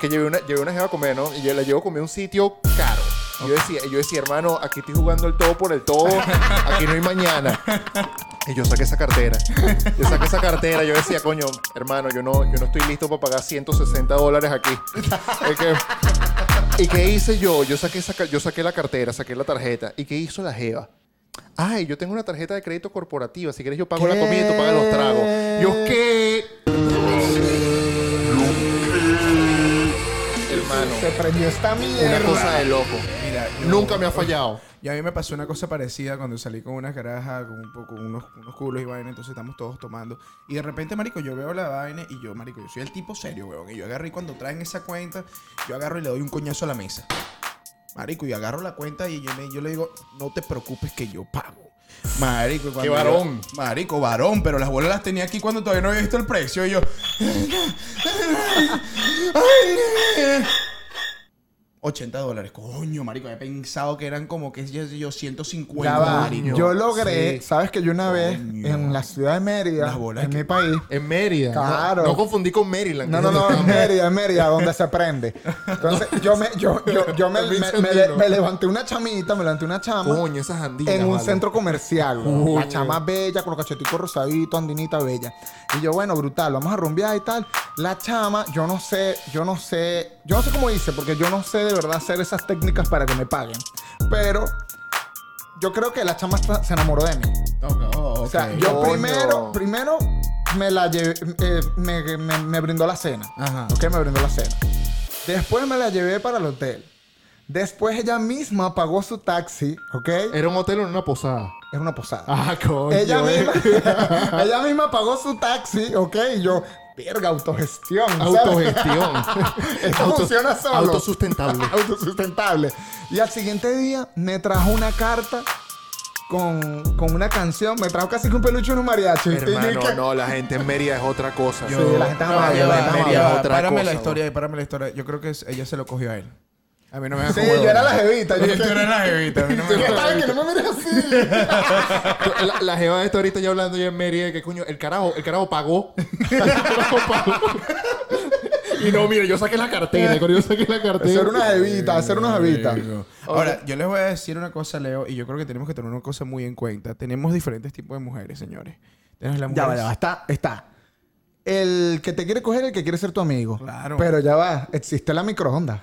F: que llevé una, llevé una jeva a comer, ¿no? Y yo la llevo a comer a un sitio caro. Y yo decía, y yo decía, hermano, aquí estoy jugando el todo por el todo, aquí no hay mañana. Y yo saqué esa cartera. Yo saqué esa cartera. Yo decía, coño, hermano, yo no, yo no estoy listo para pagar 160 dólares aquí. Es que- ¿Y qué hice yo? Yo saqué, esa ca- yo saqué la cartera, saqué la tarjeta. ¿Y qué hizo la Jeva? Ay, yo tengo una tarjeta de crédito corporativa. Si quieres, yo pago la comida y tú pagas los tragos. Yo, ¿qué? Hermano,
B: se prendió esta mierda.
F: Una cosa de loco.
D: Mira, yo-
F: Nunca me ha fallado.
D: Y a mí me pasó una cosa parecida cuando salí con una caraja, con un poco, unos, unos culos y vaina, entonces estamos todos tomando. Y de repente, marico, yo veo la vaina y yo, marico, yo soy el tipo serio, weón. Y yo agarro y cuando traen esa cuenta, yo agarro y le doy un coñazo a la mesa. Marico, y agarro la cuenta y yo le, yo le digo, no te preocupes que yo pago. Marico, y cuando
F: ¡Qué
D: yo-
F: varón!
D: marico, varón, pero las bolas las tenía aquí cuando todavía no había visto el precio. Y yo. ¡Ay, 80 dólares. Coño, marico, había pensado que eran como que yo, yo 150
B: Ya va.
D: marico.
B: Yo logré, sabes que yo una vez
D: Coño.
B: en la ciudad de Mérida,
D: Las bolas
B: en
D: que-
B: mi país,
F: En Mérida.
B: Claro.
F: No, no confundí con Maryland.
B: No,
F: que
B: no,
F: es donde
B: no,
F: [LAUGHS]
B: en
F: estamos.
B: Mérida, en Mérida, donde se prende. Entonces, yo me, yo, yo, yo me, me- me- me- me levanté una chamita, me levanté una chama.
F: Coño, esas andinas.
B: En un
F: vale.
B: centro comercial, güey.
F: Coño.
B: la chama bella, con los cacheticos rosaditos, andinita bella. Y yo, bueno, brutal, vamos a rumbear y tal. La chama, yo no sé, yo no sé, yo no sé cómo hice, porque yo no sé de verdad hacer esas técnicas para que me paguen. Pero yo creo que la chama está- se enamoró de mí.
D: Ok, oh, ok.
B: O sea, yo
F: Coño.
B: primero, primero me la llevé, eh, me, me- me brindó la cena.
D: Ajá.
B: Ok, me brindó la cena. Después me la llevé para el hotel. Después ella misma pagó su taxi, ¿ok?
F: Era un hotel o una posada.
B: Es una posada.
F: Ah, coño.
B: ella,
F: eh. [LAUGHS]
B: misma, ella misma pagó su taxi, ¿ok? Y yo, verga, autogestión. ¿sabes? [LAUGHS]
F: Autogestión.
B: Esto funciona solo. [LAUGHS]
F: Autosustentable.
B: autosustentable. Y al siguiente día me trajo una carta con, con una canción. Me trajo casi que un peluche y un mariachi. Y
F: Hermano,
B: dije, [LAUGHS]
F: no, la gente en Mérida es otra cosa.
B: Sí, la gente es amable,
D: Ya
B: la
D: va,
B: gente es
D: ya
B: amable.
D: va,
F: otra
D: párame
F: cosa,
D: la historia, ahí, párame la historia. Yo creo que es- ella se lo cogió a él. A mí no me hagas
B: Sí,
D: con huevo,
B: yo era
D: ¿no?
B: la jevita.
D: [LAUGHS]
B: Yo
D: Yo era la
B: [LAUGHS]
D: jevita. a mí no me hagas-
B: sabes que no me mires así.
F: La, la jeva de esto ahorita ya hablando ya en Mérida que coño, el carajo, el carajo pagó. [LAUGHS] El carajo pagó. y no, mire, yo saqué la cartera, coño, yo saqué la cartera.
B: Hacer una jevita, hacer una jevita.
D: Ahora, yo les voy a decir una cosa, Leo, y yo creo que tenemos que tener una cosa muy en cuenta. Tenemos diferentes tipos de mujeres, señores. Tenemos las
B: Ya
D: mujeres.
B: va, ya va, está, está. El que te quiere coger, el que quiere ser tu amigo.
D: Claro.
B: Pero ya va, existe la microondas.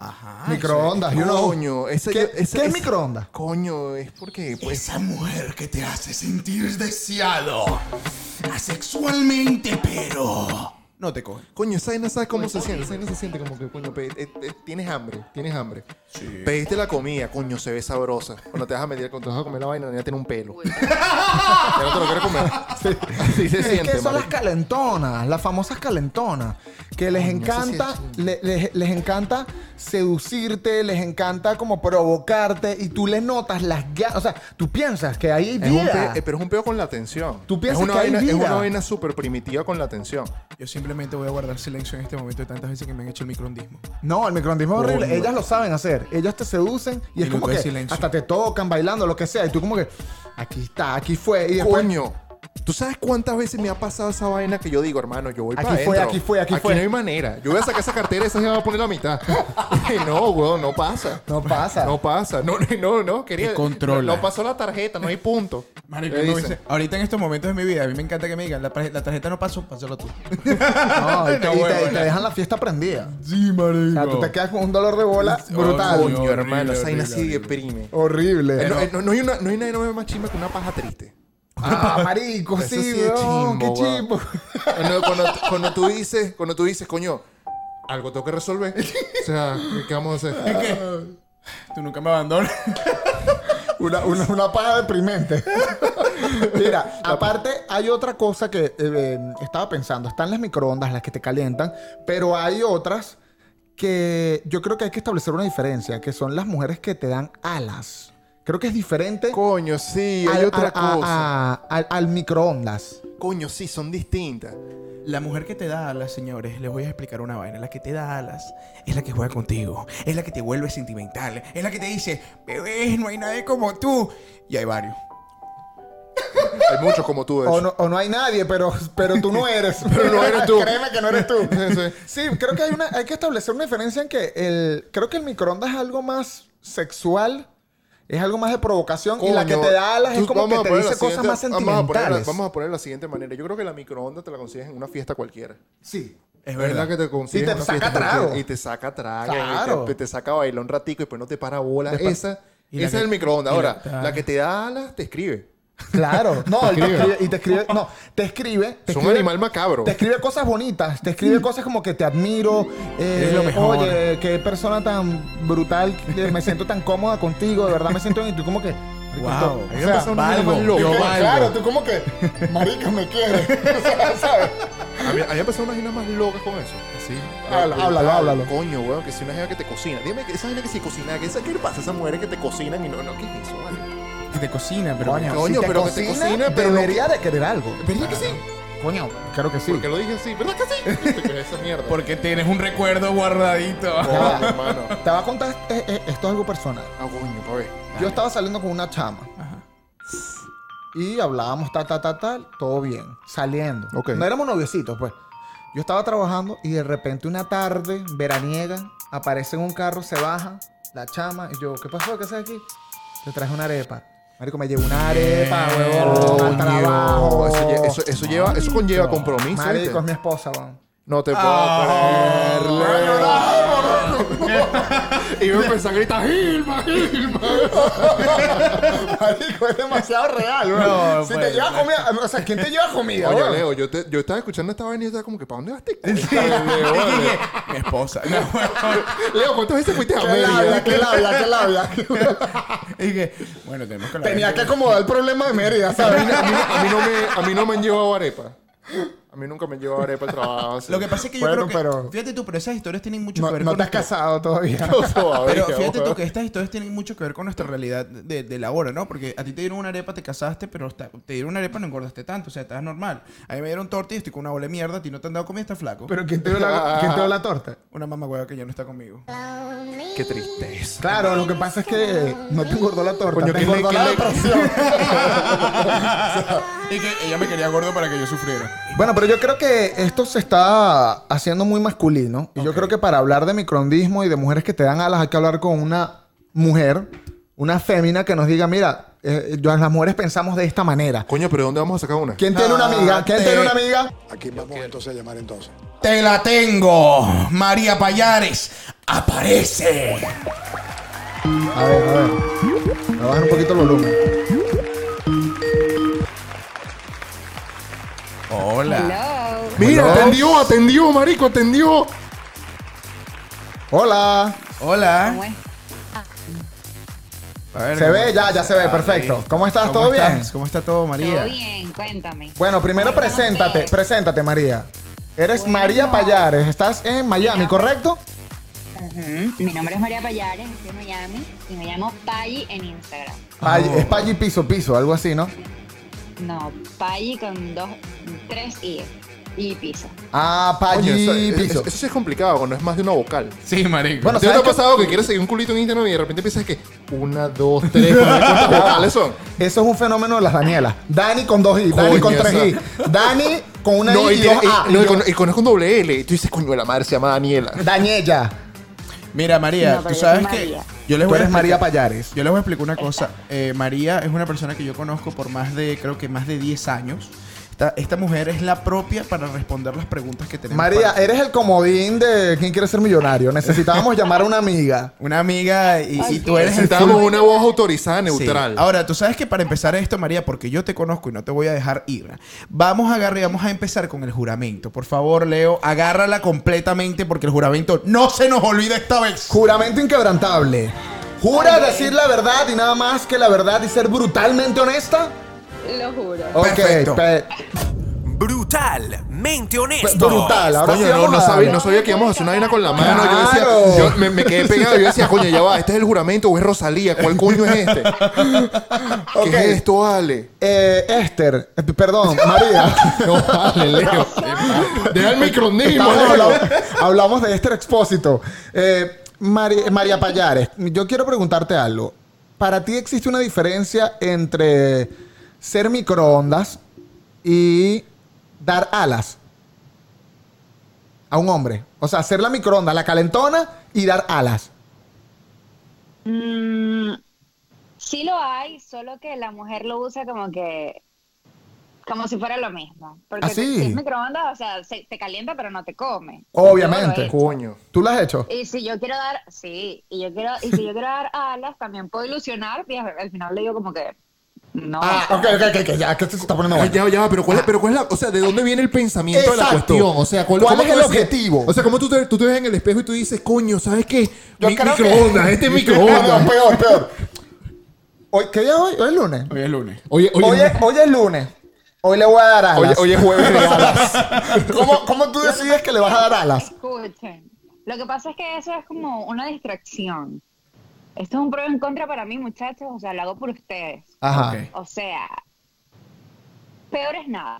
D: Ajá.
B: microondas, yo no.
F: Coño, esa,
B: ¿Qué,
F: yo- esa-
B: qué es
F: esa-
B: microondas?
F: Coño, es porque pues
H: Esa mujer que te hace sentir deseado. Asexualmente, pero. Pues,
D: No te coge.
F: Coño, esa no sabes cómo se siente. Esa no se siente como que, coño, pe- eh, eh, tienes hambre, tienes hambre. Pediste la comida, coño, se ve sabrosa. Cuando te vas a medir, cuando te vas a comer la vaina, ya tiene un pelo. ya no te lo quiero
B: [LAUGHS]
F: comer. Así se
B: es
F: siente,
B: que son las
F: marico.
B: calentonas, las famosas calentonas, que les encanta, le- les, les encanta seducirte, les encanta como provocarte y tú le notas las ganas, o sea, tú piensas que hay
F: Es un
B: vida.
F: pe- eh, pero es un peo con la atención.
B: Tú piensas
F: es una
B: que hay
F: vaina, Es
B: vida.
F: una vaina súper primitiva con la atención.
D: Yo simplemente voy a guardar silencio en este momento de tantas veces que me han hecho el microondismo.
B: No, el microondismo es horrible.
D: Coño.
B: Ellas lo saben hacer. Ellas te seducen y es
D: Minuto
B: como
D: de
B: que
D: silencio.
B: hasta te tocan bailando, lo que sea. Y tú como que, aquí está, aquí fue. Y después,
F: Coño. ¿Tú sabes cuántas veces me ha pasado esa vaina que yo digo, hermano, yo voy
B: Aquí
F: para
B: fue, aquí fue, aquí fue.
F: no hay manera. Yo voy a sacar esa cartera y esa se va a poner la mitad. [LAUGHS] no, weón, no pasa.
B: No pasa.
F: No pasa. No, no, no. Quería,
D: Te controla.
F: No, no pasó la tarjeta, no hay punto.
D: Marico,
F: ¿Qué
D: no
F: dicen?
D: hice- ahorita en estos momentos de mi vida, a mí me encanta que me digan, la, tarje- la tarjeta no pasó, pásala tú.
F: [LAUGHS]
B: No, y te,
D: No,
B: y te-
D: huevona.
B: y te dejan la fiesta prendida.
D: Sí, marico.
B: O sea, tú te quedas con un dolor de bola brutal. Oh,
F: Coño,
D: Horrible,
F: hermano, esa vaina sí
D: horrible,
F: deprime.
B: Horrible.
F: Eh, no, eh, no, no hay una, no hay nadie más chimba que una paja triste.
B: Ah, marico,
F: [LAUGHS] Eso
B: sí,
F: sí es
B: weón,
F: chimbo,
B: qué
F: weón.
B: chimbo. [LAUGHS]
F: Cuando, cuando, cuando tú dices, cuando tú dices, coño, algo tengo que resolver. O sea, ¿qué vamos a hacer?
D: Tú nunca me abandonas.
B: Una, una, una paja deprimente. [LAUGHS] Mira, aparte hay otra cosa que eh, eh, estaba pensando. Están las microondas, las que te calientan, pero hay otras que yo creo que hay que establecer una diferencia, que son las mujeres que te dan alas. Creo que es diferente
F: Coño, sí,
B: al,
F: hay otra
B: al- a-
F: cosa.
B: a- al- al microondas.
F: Coño, sí, son distintas.
D: La mujer que te da alas, señores, les voy a explicar una vaina. La que te da alas es la que juega contigo, es la que te vuelve sentimental, es la que te dice, bebés, no hay nadie como tú. Y hay varios.
F: Hay muchos como tú, de
B: O
F: hecho.
B: no, o no hay nadie, pero, pero tú no
F: [LAUGHS]
B: eres. pero
F: pues. no
B: [LAUGHS]
F: eres tú.
B: Créeme que no eres tú.
F: Sí, sí.
B: Sí, creo que hay, una, hay que establecer una diferencia en que el, creo que el microondas es algo más sexual, es algo más de provocación y la que
F: Coño,
B: te da alas es
F: tú-
B: como
F: vamos
B: que
F: a
B: te
F: poner la
B: dice cosas
F: siguiente-
B: más
F: Vamos a, poner la,
B: sentimentales.
F: vamos a poner la siguiente manera. Yo creo que la microondas te la consigues en una fiesta cualquiera.
B: Sí.
D: Es
F: Es verdad
D: verdad.
F: que te consigues
B: te
F: en una
B: saca
F: fiesta
B: trago.
F: cualquiera. Y te saca trago.
B: Claro.
F: Y te, te saca a bailar un ratico y después no te para bola. esa
D: y la
F: esa
D: que-
F: es el microondas.
D: y la
F: Ahora,
D: que-
F: la que te da alas te escribe.
B: Claro, no, él te
F: escribe.
B: escribe, y te escribe, no, te escribe, te
F: Es un
B: escribe-
F: animal macabro.
B: Te escribe cosas bonitas, te escribe cosas como que te admiro, eh,
D: Eres lo mejor.
B: oye, qué persona tan brutal, eh, me siento tan cómoda contigo, de verdad me siento bien y tú como que
D: Wow.
B: marico,
D: A
B: esto-
D: mí me
B: o sea,
D: pasa una vaina más
B: valgo,
D: loca.
B: yo
D: Yo
B: valgo.
D: valgo.
B: Claro, tú como que marica me quieres, o sea, ¿sabes?
F: Había, había pasado unas vainas más locas con eso.
D: Sí.
B: Habla-
F: Brutal,
B: háblalo, háblalo.
F: Coño, weón, que si una jeva que te cocina. Dime que esa vaina que si cocina, que esa, ¿qué le pasa a esas mujeres que te cocinan y no, no, ¿qué es eso, vale?
D: Que te cocina, pero.
B: Coño, si
F: Coño,
B: te
F: pero que te
B: cocina,
F: cocina, pero no-
B: debería de querer algo.
F: ¿Verdad que sí?
B: Coño, claro que sí.
F: Porque lo dije así, ¿verdad que
B: [LAUGHS]
F: sí? ¿Qué es esa mierda?
D: Porque tienes un recuerdo guardadito.
F: Coño, hermano.
B: Te va a contar, eh, eh, esto es algo personal.
F: Ah, coño, pa' ver.
B: Yo estaba saliendo con una chama. Y hablábamos tal, tal, tal, tal, todo bien, saliendo.
F: Ok.
B: No éramos noviecitos, pues. Yo estaba trabajando y de repente una tarde veraniega aparece en un carro, se baja la chama y yo, ¿qué pasó? ¿Qué haces aquí? Te traje una arepa. Marico, me llevó una arepa, huevón, al trabajo.
F: Eso, lle- eso, eso lleva, eso conlleva compromiso.
B: Marico,
F: ¿viste?
B: es mi esposa, weón.
F: No te puedo Ah. creer. [LAUGHS] Y yo empecé a gritar, Gilma, [LAUGHS] Gilma.
B: Marico, es demasiado real, weón.
D: No,
B: si te
D: pues,
B: llevas
F: [LAUGHS]
B: comida, o sea, ¿quién te lleva comida,
F: Oye,
B: weón?
F: Leo, yo, te- yo estaba escuchando esta vaina y yo estaba como que, ¿para dónde vas? Te [LAUGHS]
D: Mi esposa. No, huevón.
F: Leo, ¿cuántas veces fuiste a
B: ¿Qué labia,
F: Mérida?
B: qué labia, qué labia?
D: Y que, bueno, tenemos que hablar.
B: Tenía que acomodar el problema de Mérida, [LAUGHS] ¿sabes?
F: [LAUGHS] A mí, no- a mí no me, a mí no me han llevado arepa. A mí nunca me han llevado arepa al trabajo. [LAUGHS] así.
D: Lo que pasa es que yo
B: Bueno,
D: creo que.
B: pero-
D: Fíjate tú, pero esas historias tienen mucho
B: No,
D: que ver
B: no
D: con.
B: te has
D: nuestra-
B: casado todavía.
F: Todavía,
D: Pero fíjate
F: weón.
D: tú que estas historias tienen mucho que ver con nuestra realidad de, de la hora, ¿no? Porque a ti te dieron una arepa, te casaste, pero hasta- te dieron una arepa no engordaste tanto, o sea, estás normal. A mí me dieron torta y estoy con una bola de mierda, a ti no te han dado comida, estás flaco.
B: [LAUGHS] Pero ¿quién te dio la, ¿quién te dio la torta?
D: Una mamá hueva que ya no está conmigo.
F: Qué tristeza.
B: Claro, lo que pasa es que no te engordó la torta,
F: Coño,
B: te
F: que
B: engordó
F: le-
B: la
F: que le-
B: depresión.
D: [LAUGHS] Y que ella me quería gordo para que yo sufriera.
B: bueno, pero yo creo que esto se está haciendo muy masculino. Y yo creo que para hablar de microndismo y de mujeres que te dan alas, hay que hablar con una mujer, una fémina que nos diga, mira, eh, yo- las mujeres pensamos de esta manera.
F: Coño, pero ¿dónde vamos a sacar una?
B: ¿Quién tiene una amiga? ¿Quién
D: te-
B: tiene una amiga?
H: ¿A quién vamos entonces a llamar entonces?
D: ¡Te la tengo! María Payares, aparece.
B: A ver, a ver. Voy a bajar un poquito el volumen.
D: Hola.
C: Hello.
F: Mira, atendió, atendió, marico, atendió.
B: Hola.
C: ¿Cómo
D: Hola.
C: es?
D: A ver,
B: Se
D: ¿cómo
B: ve, ya, ya se ve,
D: estás?
B: perfecto. ¿Cómo estás? ¿Todo bien?
D: ¿Cómo está todo,
C: Todo
D: María?
C: bien, cuéntame.
B: Bueno, primero
C: ¿Cómo están
B: preséntate,
C: ustedes?
B: preséntate María. Eres
C: Bueno.
B: María Payares, estás en Miami, ¿correcto?
C: Ujú. Mi nombre es María Payares, estoy en Miami y me llamo Payi en Instagram.
B: Pay-
F: Oh.
B: Es Payi piso piso, algo así, ¿no?
C: No, Payi con dos, tres I y piso.
B: Ah,
F: Coño, eso,
B: Payi
F: eso,
B: piso.
F: eso sí es complicado cuando es más de una vocal.
D: Sí, marico.
B: Bueno,
F: ¿Te ha
B: ¿sabes qué?
F: pasado que quieres seguir un culito en Instagram y de repente piensas que una, dos, [LAUGHS] tres, ¿cuántas vocales son?
B: Eso es un fenómeno de las Danielas. Dani con dos I, Dani
F: Coño,
B: con tres I, Dani con una I y dos
F: tiene-
B: A.
F: y- no, y con, y con- es con doble L. Y tú dices, coño, la madre se llama [LAUGHS] Daniela.
B: Daniela,
D: Mira,
C: No,
D: María,
C: pero
D: tú
C: yo
D: sabes
C: soy
D: que
C: María.
D: yo les
B: tú
D: voy a
B: eres María
D: explicar-
B: Payares.
D: Yo les voy a explicar una cosa. Eh, María es una persona que yo conozco por más de, creo que más de 10 años. Esta, esta mujer es la propia para responder las preguntas que tenemos.
B: María,
D: para-
B: eres el comodín de quién quiere ser millonario. Necesitábamos llamar a una amiga.
D: Una amiga y, y tú eres el
F: Necesitamos
D: full-
F: una voz autorizada,
D: Sí.
F: neutral. Ah,
D: Ahora, tú sabes que para empezar esto, María, porque yo te conozco y no te voy a dejar ir, ¿eh? vamos a agarrar y vamos a empezar con el juramento. Por favor, Leo, agárrala completamente porque el juramento no se nos olvida esta vez.
B: Juramento inquebrantable. ¿Jura decir la verdad y nada más que la verdad y ser brutalmente honesta?
C: Lo juro.
B: Ok,
D: Perfecto.
B: pe-
E: Brutalmente honesto.
B: brutal. Ahora
F: coño,
B: sí
F: no,
B: vamos
F: no,
B: a
F: sabía,
B: darle.
F: no sabía que íbamos a hacer una vaina con la mano. Yo decía,
B: Claro.
F: yo me, me quedé pegado. Yo decía, coño, ya va, este es el juramento o es Rosalía. ¿Cuál coño es este? ¿Qué
B: Ok.
F: es esto, Ale?
B: Eh, Esther, eh,
F: [LAUGHS]
B: perdón, María.
F: No, Ale, Leo. Deja el micronismo,
B: Estamos
F: Leo. [LAUGHS]
B: hablando- hablamos de Esther Expósito. Eh, Mari- María Payares, yo quiero preguntarte algo. ¿Para ti existe una diferencia entre ser microondas y dar alas a un hombre? O sea, ser la microondas, la calentona y dar alas.
C: Mm, sí lo hay, solo que la mujer lo usa como que como si fuera lo mismo. Porque
B: ¿Ah, sí?
C: si es microondas, o sea, se- te calienta pero no te come.
B: Obviamente.
C: Yo lo he hecho.
F: Coño.
B: ¿Tú lo has hecho?
C: Y si yo quiero dar, sí, y yo quiero, y si yo quiero dar alas, también puedo ilusionar, y al al final le digo como que No.
B: Ah, ok, ok, ok, ok, ya, que esto se está poniendo
F: Ay,
B: bueno.
F: ya, ya, pero ¿cuál, es, pero cuál es la, o sea, ¿de dónde viene el pensamiento de la
B: Exacto.
F: cuestión? O sea,
B: ¿Cuál
F: cómo
B: es
F: tú
B: el
F: dices-
B: objetivo?
F: O sea, ¿cómo tú te, tú te ves en el espejo y tú dices, coño, ¿sabes qué?
B: Yo
F: Mi-
B: creo que-
F: microondas, este es microondas.
B: [LAUGHS] No, peor, peor. Hoy, ¿Qué día es hoy? Hoy es lunes.
D: Hoy es lunes.
F: Oye, oye,
B: Hoy es, hoy es lunes. Hoy le voy a dar
F: oye,
B: alas.
F: oye, jueves de alas.
B: [LAUGHS] ¿Cómo, ¿Cómo tú decides que le vas a dar alas?
C: Escuchen. Lo que pasa es que eso es como una distracción. Esto es un pro y un contra para mí, muchachos. O sea, lo hago por ustedes.
F: Ah.
B: Ajá.
D: Ok.
C: O sea, peor es nada.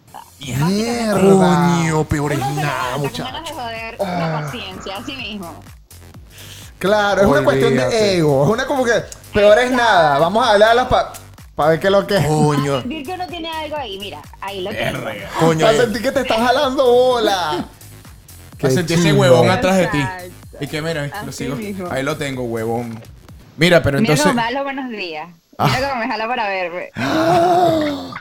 F: Coño, peor es
C: Uno se
F: nada, Ah.
C: levanta con
F: muchacho.
C: ganas de joder la paciencia a sí mismo.
B: Claro, es una cuestión de
F: Olvídate.
B: ego. Es una como que peor es nada. Vamos a darle alas para ver qué es lo que es.
F: Coño,
C: Dir que uno Ah, tiene algo ahí, mira, ahí lo tengo.
B: [LAUGHS]
F: coño.
B: Para sentir que te estás jalando bola.
D: Para
B: Qué
D: sentir ese
B: chimbo.
D: huevón atrás de ti.
C: Exacto.
D: Y que mira, lo
C: Así
D: sigo.
C: mismo.
D: Ahí lo tengo, huevón. Mira, pero
C: Mira
D: entonces.
C: cómo me da los buenos días.
F: Ah.
C: Mira cómo me jala para verme.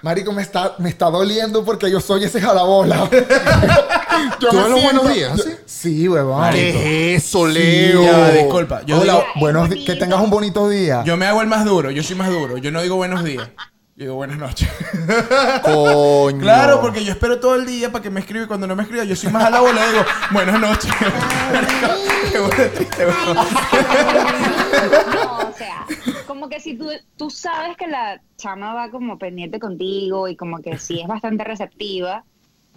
B: Marico, me está, me está doliendo porque yo soy ese jalabola. yo
F: ¿Tú
B: me
F: das los
B: siento-
F: buenos días,
B: yo-
F: sí?
B: Sí, huevón.
F: ¿Qué es eso,
D: Leo? ya, disculpa. Yo
B: Hola,
D: digo-
B: buenos di- que tengas un bonito día.
D: Yo me hago el más duro, yo soy más duro. Yo no digo buenos días. Yo digo buenas noches.
F: Coño.
D: Claro, porque yo espero todo el día para que me escriba y cuando no me escriba, yo soy más a la bola y digo buenas noches. Qué bola triste, huevón.
C: [LAUGHS] No, o sea, como que si tú, tú sabes que la chama va como pendiente contigo y como que sí es bastante receptiva,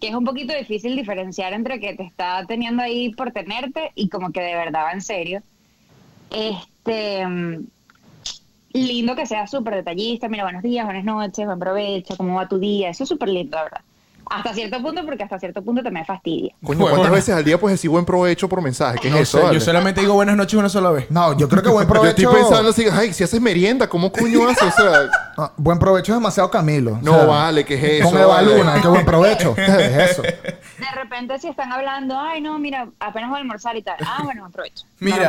C: que es un poquito difícil diferenciar entre que te está teniendo ahí por tenerte y como que de verdad va en serio. Este, mm, lindo que sea súper detallista, mira, buenos días, buenas noches, buen provecho, cómo va tu día, eso es súper lindo, la verdad. Hasta cierto punto, porque hasta cierto punto también fastidia.
F: Coño, ¿cuántas veces al día puedes decir buen provecho por mensaje? ¿Qué es
D: No
F: eso?
D: sé, [LAUGHS]
F: vale?
D: yo solamente digo buenas noches una sola vez.
B: No, yo creo que buen provecho.
F: [LAUGHS] Yo estoy pensando así, ay, si haces merienda, ¿cómo coño haces? O
B: [LAUGHS]
F: sea,
B: Ah, buen provecho es demasiado Camilo.
F: no vale, ¿qué es eso?
B: Con Eva
F: vale?
B: Luna, qué
F: [LAUGHS]
B: buen provecho. ¿Qué es eso?
C: De repente si están hablando, ay no, mira, apenas voy a almorzar y tal. Ah, bueno,
B: [LAUGHS]
C: aprovecho. Normal.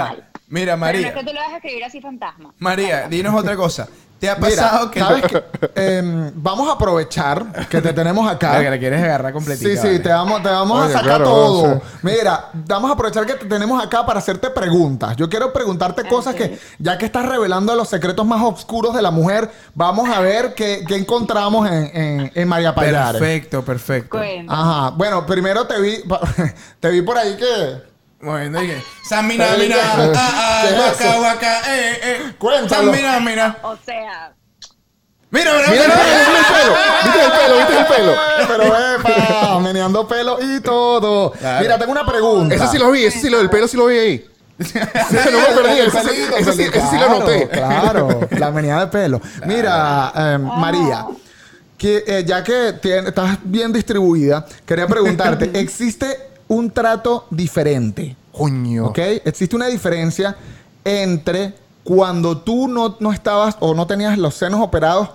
D: Mira, mira,
C: Pero no es
D: María.
C: que tú lo vas a escribir así fantasma.
D: María, dinos otra cosa. ¿Te ha pasado
B: Mira,
D: que.? [LAUGHS]
B: ¿sabes qué? Em, vamos a aprovechar que te tenemos
D: Verga,
B: acá.
D: la quieres agarrar
B: Sí,
D: completita.
B: sí, te vamos, te vamos a
F: Oye,
B: sacar
F: claro,
B: todo.
F: sí.
B: Mira, vamos a aprovechar que te tenemos acá para hacerte preguntas. Yo quiero preguntarte cosas que, ya que estás revelando los secretos más oscuros de la mujer, vamos a ver qué, qué encontramos en, en- en María Payares.
D: Perfecto, perfecto.
C: Cuenta.
B: Ajá. Bueno, primero te vi, [LAUGHS] te vi por ahí que.
D: Bueno, dije, Samina,
B: Pero
D: mira,
B: diga,
D: ah,
B: [LAUGHS]
D: ah,
B: ¿qué es
D: guaca,
B: eso?
D: guaca, eh, eh.
B: Cuéntalo.
D: Samina, mira.
C: O sea,
D: Mira, mira,
F: Mira el pelo,
D: mira.
B: [LAUGHS]
F: mira el pelo, mira el pelo, viste el pelo.
B: Pero epa, meneando pelo y todo.
D: Claro.
B: Mira, tengo una pregunta.
F: Ese sí lo vi, ese sí lo del pelo sí lo vi ahí. Ese no me perdí, ese sí,
B: pelito,
F: ese sí-
B: pelito.
F: ese sí lo noté.
B: Claro,
F: [LAUGHS]
B: claro, la meneada de pelo. Mira, eh, María, que, eh, ya que tien- estás bien distribuida, quería
F: [LAUGHS]
B: preguntarte, ¿existe un trato diferente?
F: Coño.
B: ¿Ok? Existe una diferencia entre cuando tú no, no estabas o no tenías los senos operados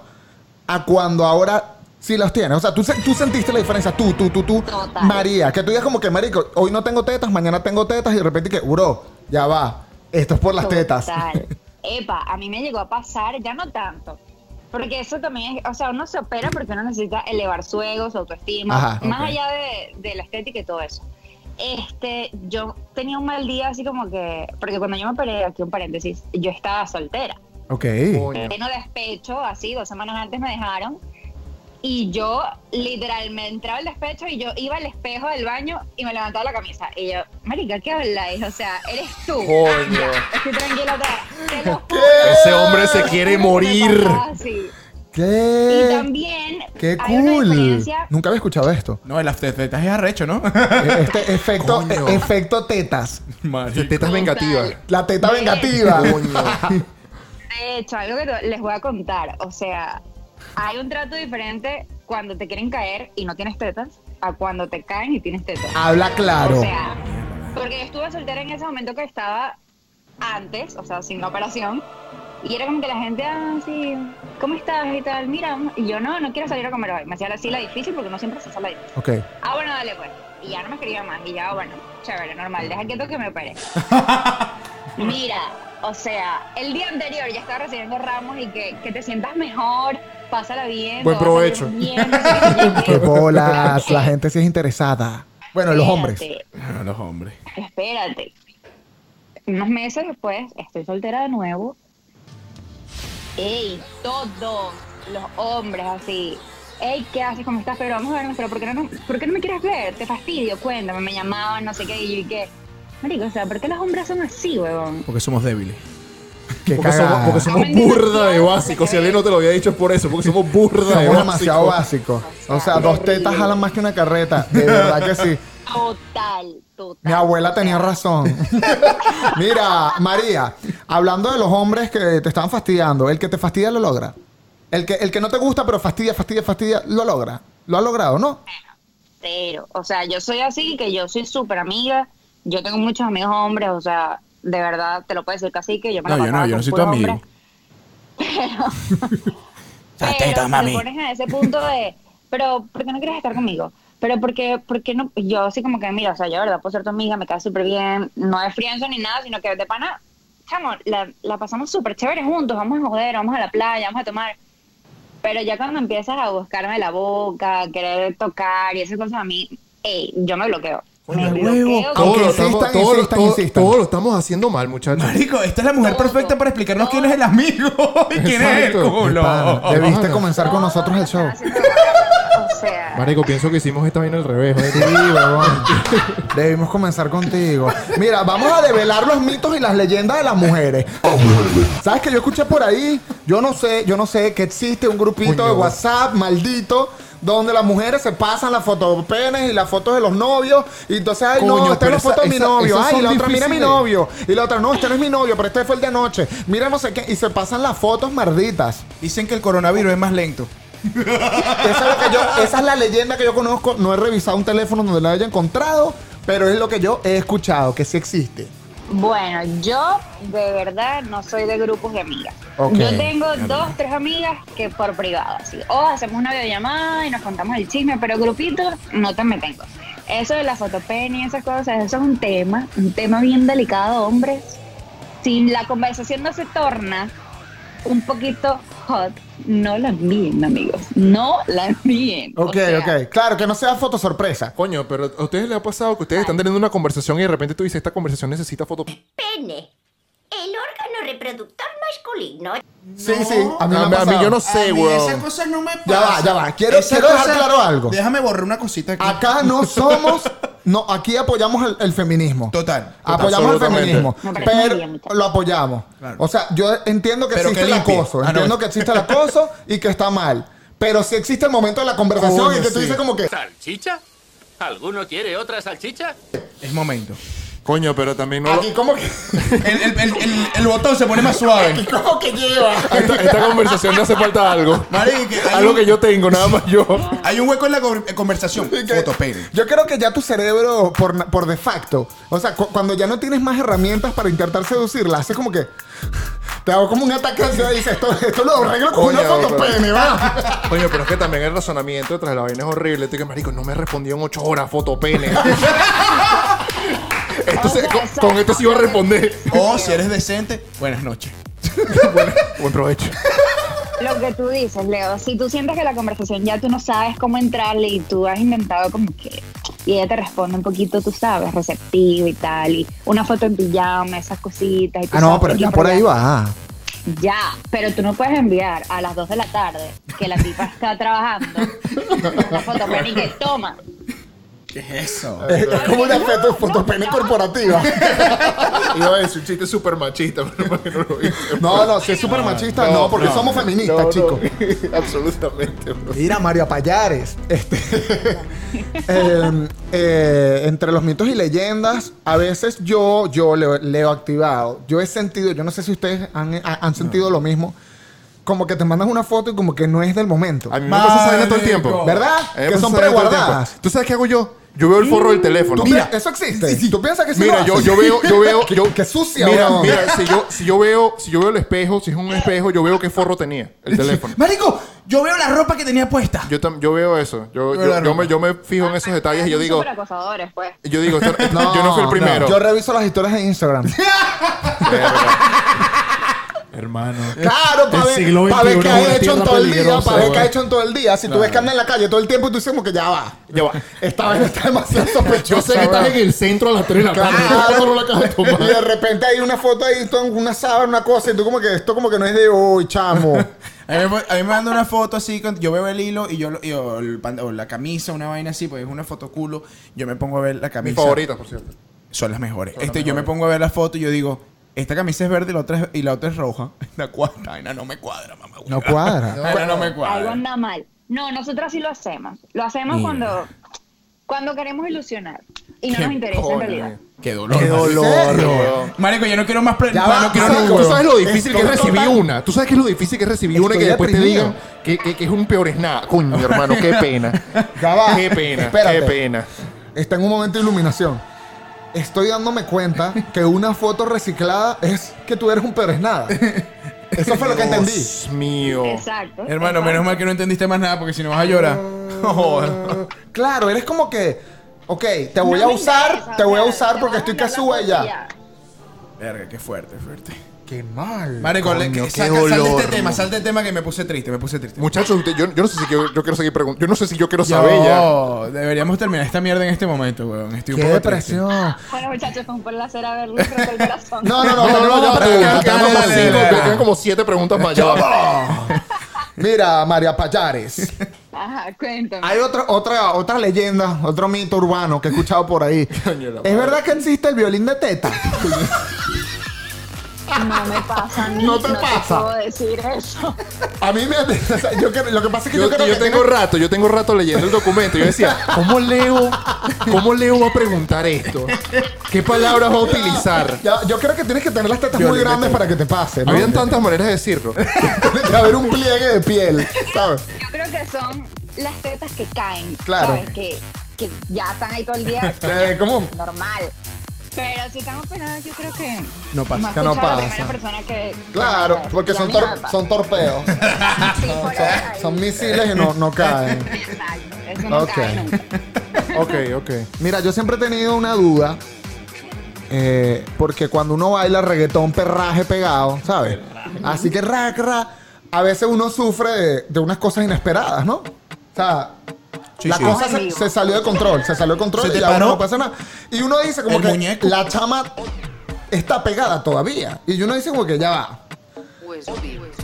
B: a cuando ahora sí los tienes. O sea, tú, se- tú sentiste la diferencia. Tú, tú, tú, tú.
C: Total.
B: María, que tú digas como que, marico, hoy no tengo tetas, mañana tengo tetas y de repente que, bro, ya va. Esto es por las tetas. [LAUGHS]
C: total. Epa, a mí me llegó a pasar, ya no tanto. Porque eso también es, o sea, uno se opera porque uno necesita elevar su ego, su autoestima,
B: Ajá,
C: más
B: ok.
C: allá de, de la estética y todo eso. Este, yo tenía un mal día así como que, porque cuando yo me operé, aquí un paréntesis, yo estaba soltera.
B: ok.
F: Coño.
C: pleno despecho, así, dos semanas antes me dejaron. Y yo literal me entraba el despecho y yo iba al espejo del baño y me levantaba la camisa. Y yo, Marica, ¿qué habláis? O sea, eres tú.
F: Coño.
C: Anda, estoy tranquila otra vez. Te lo juro.
F: Ese hombre se quiere
C: Te lo juro que me
F: morir.
C: pasaba así. Y
B: ¿Qué?
C: también
B: Qué
C: hay una
B: cool.
C: diferencia.
B: Nunca había escuchado
F: [LAUGHS]
B: esto.
D: No, el after tetas es arrecho, [LAUGHS] ¿no?
B: Eh, Este efecto,
F: Coño.
B: eh, efecto tetas.
F: De
D: Marico.
F: tetas vengativas.
B: La teta
C: Bien.
B: vengativa.
F: Coño.
C: De hecho, algo que les voy a contar, o sea, hay un trato diferente cuando te quieren caer y no tienes tetas a cuando te caen y tienes tetas.
B: Habla claro.
C: O sea, porque yo estuve soltera en ese momento que estaba antes, o sea, sin la operación. Y era como que la gente, ah, sí, ¿cómo estás? Y tal, mira, y yo no, no quiero salir a comer hoy. Me hacía así la difícil porque no siempre se hace la difícil.
B: ok.
C: Ah, bueno, dale pues. Y ya no me escribía más. Y ya, bueno, chévere, normal, deja quieto que
B: [LAUGHS]
C: me opere. Mira, o sea, el día anterior ya estaba recibiendo ramos y que, que te sientas mejor, pásala bien.
F: Buen
C: te va a salir
B: [LAUGHS]
F: provecho.
C: bien, no sé qué, no sé
F: [LAUGHS]
B: Qué
C: qué.
B: bolas. La gente sí es interesada. Bueno, los hombres.
C: Espérate.
D: No, los hombres.
C: Espérate. Unos meses después, estoy soltera de nuevo. ¡Ey! Todo. los hombres así. Ey, ¿qué haces? ¿Cómo estás? Pero vamos a vernos, pero ¿por qué no, por qué no me quieres ver? Te fastidio, cuéntame, me llamaban, no sé qué, y yo que, marico, o sea, ¿por qué los hombres son así, huevón?
D: Porque somos débiles.
B: Qué
F: Porque somos,
B: cagada.
F: porque
B: Somos,
F: somos
C: Comen
F: burda
C: demasiado,
F: de
C: porque
F: básicos. Si
C: se
F: alguien
C: ve.
F: no te lo había dicho es por eso, porque somos burda de
B: demasiado
F: básicos.
B: básicos. O sea, dos tetas jalan más que una carreta. De verdad que sí.
C: Total, total.
B: Mi abuela tenía razón. Mira, María, hablando de los hombres que te están fastidiando, el que te fastidia lo logra. El que, el que no te gusta, pero fastidia, fastidia, fastidia, lo logra. Lo ha logrado, ¿no?
C: Cero. O sea, yo soy así, que yo soy súper amiga. Yo tengo muchos amigos hombres, o sea, de verdad, te lo puedo decir casi que yo me la
D: No, yo no,
C: pasaba
D: yo no
C: con
D: soy tu
C: puros
D: amigo.
C: hombres. Pero si te pones a ese punto de, pero ¿por qué no quieres estar conmigo? Pero porque, ¿por qué no? Yo así como que, mira, o sea, yo de verdad puedo ser tu amiga, me queda súper bien, no es frienzo ni nada, sino que de pana, chamo, la, la pasamos súper chévere juntos, vamos a joder, vamos a la playa, vamos a tomar. Pero ya cuando empiezas a buscarme la boca, querer tocar y esas cosas a mí, ey, yo me bloqueo. Me bloqueo.
B: ¿cómo?
F: Todos
B: Aunque
F: lo, estamos,
B: insistan,
F: todo lo-
B: insistan,
F: todo-
B: insistan.
F: todo lo estamos haciendo mal, muchachos.
D: Marico, esta es la mujer
C: Todo.
D: perfecta para explicarnos quién es el amigo [LAUGHS] y quién es el
F: Exacto.
D: culo.
B: Pana, Debiste
F: pana.
B: comenzar con nosotros el show.
C: O sea,
F: Marico, pienso que hicimos esta vaina al revés. joder.
B: Sí, huevón. Debimos comenzar contigo. Mira, vamos a develar los mitos y las leyendas de las mujeres. ¿Sabes que yo escuché por ahí? Yo no sé, yo no sé que existe un grupito de
F: Coño.
B: WhatsApp maldito donde las mujeres se pasan las fotos penes y las fotos de los novios y entonces ay no,
F: Coño,
B: esta es la
F: pero
B: foto de
F: esa-
B: mi
F: esa-
B: novio,
F: esas
B: ay
F: son
B: la otra mira mi
F: difíciles.
B: novio y la otra no, este no es mi novio, pero este fue el de anoche. Mira no sé qué y se pasan las fotos marditas.
D: Dicen que el coronavirus es más lento.
B: Esa es, lo que yo- esa es la leyenda que yo conozco. No he revisado un teléfono donde la haya encontrado, pero es lo que yo he escuchado, que sí existe.
C: Bueno, yo de verdad no soy de grupos de amigas.
B: Ok.
C: Yo tengo dos, tres amigas que por privado, así. O hacemos una videollamada y nos contamos el chisme, pero grupitos no te me tengo. Eso de la fotopen y esas cosas, eso es un tema, un tema bien delicado, hombres. Si la conversación no se torna un poquito hot, no la envíen, amigos. No la envíen. O
B: Ok,
C: sea,
B: ok. Claro, que no sea foto sorpresa.
F: Coño, pero a ustedes les ha pasado que ustedes están teniendo una conversación y de repente tú dices, esta conversación necesita foto.
I: Pene. El órgano reproductor masculino.
B: Sí, sí. A mí me ha
F: A mí- a mí
B: pasado.
F: yo no sé,
D: A mí
F: weón.
D: Esas cosas no me pasan.
B: Ya va, ya va. Quiero-
D: Esas
B: quiero dejar claro algo.
D: Déjame borrar una cosita aquí.
B: Acá [LAUGHS] no somos. No, aquí apoyamos el, el feminismo.
D: Total.
B: Apoyamos el
F: Absolutamente.
B: feminismo.
C: Me parece muy bien,
B: Pero
C: muchachos.
B: lo apoyamos.
D: Claro.
B: O sea, yo entiendo que
D: Pero
B: existe
D: que
B: el
D: limpie.
B: acoso.
D: Ah, no.
B: Entiendo que existe el acoso y que está mal. Pero sí existe el momento de la conversación
D: Coño,
B: y que tú
D: sí.
B: dices como que.
J: ¿Salchicha? ¿Alguno quiere otra salchicha?
D: Es momento.
F: Coño, pero también no... lo-
B: Aquí como que. [LAUGHS]
D: El, el- el- el- el botón se pone más suave.
B: ¿Cómo que lleva?
F: A esta, a esta conversación le hace falta algo.
D: Marico, que hay
F: Algo
D: un-
F: que yo tengo, nada más yo.
D: [LAUGHS] Hay un hueco en la co- [LAUGHS] conversación.
B: Sí, que-
D: Fotopene.
B: Yo creo que ya tu cerebro, por, na- por de facto, o sea, cu- cuando ya no tienes más herramientas para intentar seducirla, haces como que. Te hago como un ataque de ansiedad y dices, esto, esto lo arreglo con
F: Coño,
B: una foto
F: pero-
B: pene,
F: [LAUGHS]
B: va.
F: Coño, pero es que también el razonamiento detrás de la vaina es horrible. Tú que, marico, no me respondió en ocho horas, foto [LAUGHS] pene. Entonces,
C: O sea,
F: con,
C: exacto.
F: con esto sí iba a responder.
D: O si eres decente, buenas noches.
F: Buen provecho.
C: Lo que tú dices, Leo, si tú sientes que la conversación ya tú no sabes cómo entrarle y tú has inventado como que... Y ella te responde un poquito, tú sabes, receptivo y tal, y una foto en pijama, esas cositas. Y tú sabes que ya-
B: va.
C: Ya, pero tú no puedes enviar a las 2 de la tarde que la tipa está trabajando una foto pero ni que toma.
D: ¿Qué es eso?
B: Es, es como una foto, foto pene corporativa.
F: Iba a decir un chiste súper machista, pero ¿por qué no lo hice?
B: No, no, si es súper machista, no, porque somos feministas,
F: No, no.
B: chicos.
F: [LAUGHS] Absolutamente, bro.
B: Mira, Mario Payares. Este, [LAUGHS] eh, eh, entre los mitos y leyendas, a veces yo, yo leo, leo activado. Yo he sentido, yo no sé si ustedes han, ha- han sentido lo mismo, como que te mandas una foto y como que no es del momento.
F: A mí me pasa esa vaina todo el tiempo.
D: Marico.
B: ¿Verdad?
F: A mí me
B: Que
F: pasa
B: son
F: esa vaina todo el
B: preguardadas.
F: tiempo. ¿Tú sabes qué hago yo? Yo veo el forro del teléfono.
B: ¿Tú pi-
D: Mira.
B: eso existe.
D: Sí, sí.
B: ¿Tú piensas que sí
F: Mira,
B: lo
F: yo,
B: hacen?
F: yo veo, yo [LAUGHS] veo, yo.
B: qué sucia,
F: Mira,
B: weón.
F: mira, si yo, si yo veo, si yo veo el espejo, si es un espejo, yo veo qué forro tenía el teléfono.
D: [LAUGHS] Marico, yo veo la ropa que tenía puesta.
F: Yo, tam- yo veo eso. Yo,
D: Yo
F: yo-
D: la
F: yo
D: ropa.
F: me, yo me fijo en esos detalles y yo digo,
C: Súper acosadores, pues.
F: yo digo, esto- esto- yo no fui el primero.
B: [LAUGHS] Yo reviso las historias de Instagram.
F: Verga. Hermano.
B: Claro, para
F: El siglo
B: ver, pa' ver
F: XXI
B: qué
F: es una
B: ha hecho en
F: tierra
B: todo el día,
F: peligrosa,
B: para ver qué
F: weón.
B: ha hecho en todo el día. Si tú ves que anda en la calle todo el tiempo y tú dices como que ya va, ya va. Esta vaina está demasiado
F: [LAUGHS] Yo sé
B: sospechosa.
F: que estás en
B: weón.
F: el centro a las 3 de la tarde.
B: Claro.
F: Solo la acabas de tomar.
B: Y de repente hay una foto ahí, todo en una sábana, una cosa, y tú como que esto como que no es de hoy,
F: [LAUGHS]
B: chamo.
D: A mí, me- a mí me manda una foto así, con- yo veo el hilo y yo, lo- y o el pan- o la camisa, una vaina así, pues es una foto culo. Yo me pongo a ver la camisa.
F: Mi favorita, por cierto.
D: Son las mejores.
F: Son las
D: este, yo me
F: mejores.
D: pongo a ver la foto y yo digo, esta camisa es verde y la otra es, y la otra es roja. [LAUGHS] La cuarta vaina no me cuadra, mamá.
B: No
D: [LAUGHS]
B: cuadra.
D: Esta no me
C: Algo
D: cuadra.
C: anda mal. No, nosotras sí lo hacemos. Lo hacemos cuando, cuando queremos ilusionar. Y no
D: Qué
C: nos interesa
F: coño,
C: en realidad.
D: Qué dolor.
F: Qué
D: ¿en
F: dolor,
D: serio?
F: weón.
D: Marico, yo no quiero más pre-
B: Ya
D: no,
B: va,
D: no quiero
B: sí,
D: ningún-
B: como-
F: Tú sabes lo difícil que es
B: Estoy
F: recibir
B: total-
F: una. Tú sabes que es lo difícil que es recibir una y
B: Estoy
F: que después te
B: deprimido.
F: digan que, que- que es un peor es nada. Coño, hermano, qué pena.
B: Ya va.
F: Qué pena,
B: Espérate.
F: qué pena.
B: Está en un momento de iluminación. Estoy dándome cuenta que una foto reciclada es que tú eres un peor es nada. Eso fue lo que entendí.
F: Dios mío.
C: Exacto. Ah.
D: Hermano, menos mal que no entendiste más nada porque si no vas a llorar. [LAUGHS] Joder.
B: [LAUGHS] Claro, eres como que, ok, te voy
C: No
B: a
C: me
B: usar,
C: interesa,
B: te voy a
C: o sea,
B: usar
C: te
B: porque
C: vas a
B: estoy
C: mandar la
B: casuda
C: foto
B: y ya.
C: y ya.
D: Verga, qué fuerte, fuerte.
B: Qué mal.
D: Marico, le-
F: Coño,
D: que-
F: qué
D: saca, sal de
F: dolor,
D: este tema,
F: man.
D: sal de tema que me puse triste, me puse triste.
F: Muchachos, usted- yo, yo no sé si quiero, yo quiero seguir preguntando. Yo no sé si yo quiero
D: Yo-
F: saber ya.
D: deberíamos terminar esta mierda en este momento, weón. Estoy un
B: Qué
D: poco
B: depresión.
C: Bueno, muchachos, fue un placer haberlo roto
B: [LAUGHS]
C: el corazón.
B: No, no, no, no, no,
F: ya,
B: no,
F: te-
B: pregunta,
F: te- te-
B: no,
F: te-
B: no,
F: te-
B: no,
F: te-
B: no.
F: te- como siete preguntas más allá.
B: Mira, María Payares.
C: Ajá,
B: [LAUGHS]
C: cuéntame.
B: Hay otra, otra, otra leyenda, otro mito urbano que he escuchado por [LAUGHS] ahí.
F: Coño, la
B: ¿Es verdad que existe el violín de teta?
C: No me pasa a mí.
B: ah, No te pasa.
C: puedo decir eso.
B: [LAUGHS] A mí me... o sea, yo creo- lo que pasa es que yo,
F: Yo,
B: creo
F: yo
B: que
F: tengo
B: tiene-
F: rato, yo tengo rato leyendo el documento. Yo decía, ¿cómo Leo, cómo Leo va a preguntar esto? ¿Qué palabras va a utilizar?
B: Ya, yo creo que tienes que tener las tetas muy
F: Violín de
B: grandes
F: teta.
B: para que te pase, ¿no?
F: Habían tantas maneras
B: [LAUGHS]
F: de decirlo.
B: Tiene que haber un pliegue de piel, ¿sabes?
C: Yo creo que son las tetas que caen.
B: Claro.
C: ¿sabes? Que, que ya están ahí todo
B: [LAUGHS]
C: el día.
B: Eh, ¿Cómo?
C: normal. Pero si estamos penados, yo creo que.
D: No pasa.
C: me ha
B: Que no
C: escuchado
B: pasa.
C: La primera persona que.
B: Claro, porque
C: Ya
B: son,
C: ni
B: tor-
C: nada.
B: son torpedos.
C: Sí, por ahí.
B: Son misiles y no, no caen.
C: Exacto, eso no
B: Ok.
C: cae nunca.
F: Ok, ok.
B: Mira, yo siempre he tenido una duda. eh, porque cuando uno baila reggaetón, perraje pegado, ¿sabes? Así que ra, ra, a veces uno sufre de, de unas cosas inesperadas, ¿no? O sea,
D: Sí,
B: la
D: sí.
B: cosa se,
C: Amigo.
B: se salió de control, se salió de control
D: ¿Se te
B: y ya uno
D: paró?
B: no pasa nada. Y uno dice como
D: ¿El
B: que
D: muñeco?
B: la chama está pegada todavía. Y uno dice como que ya va.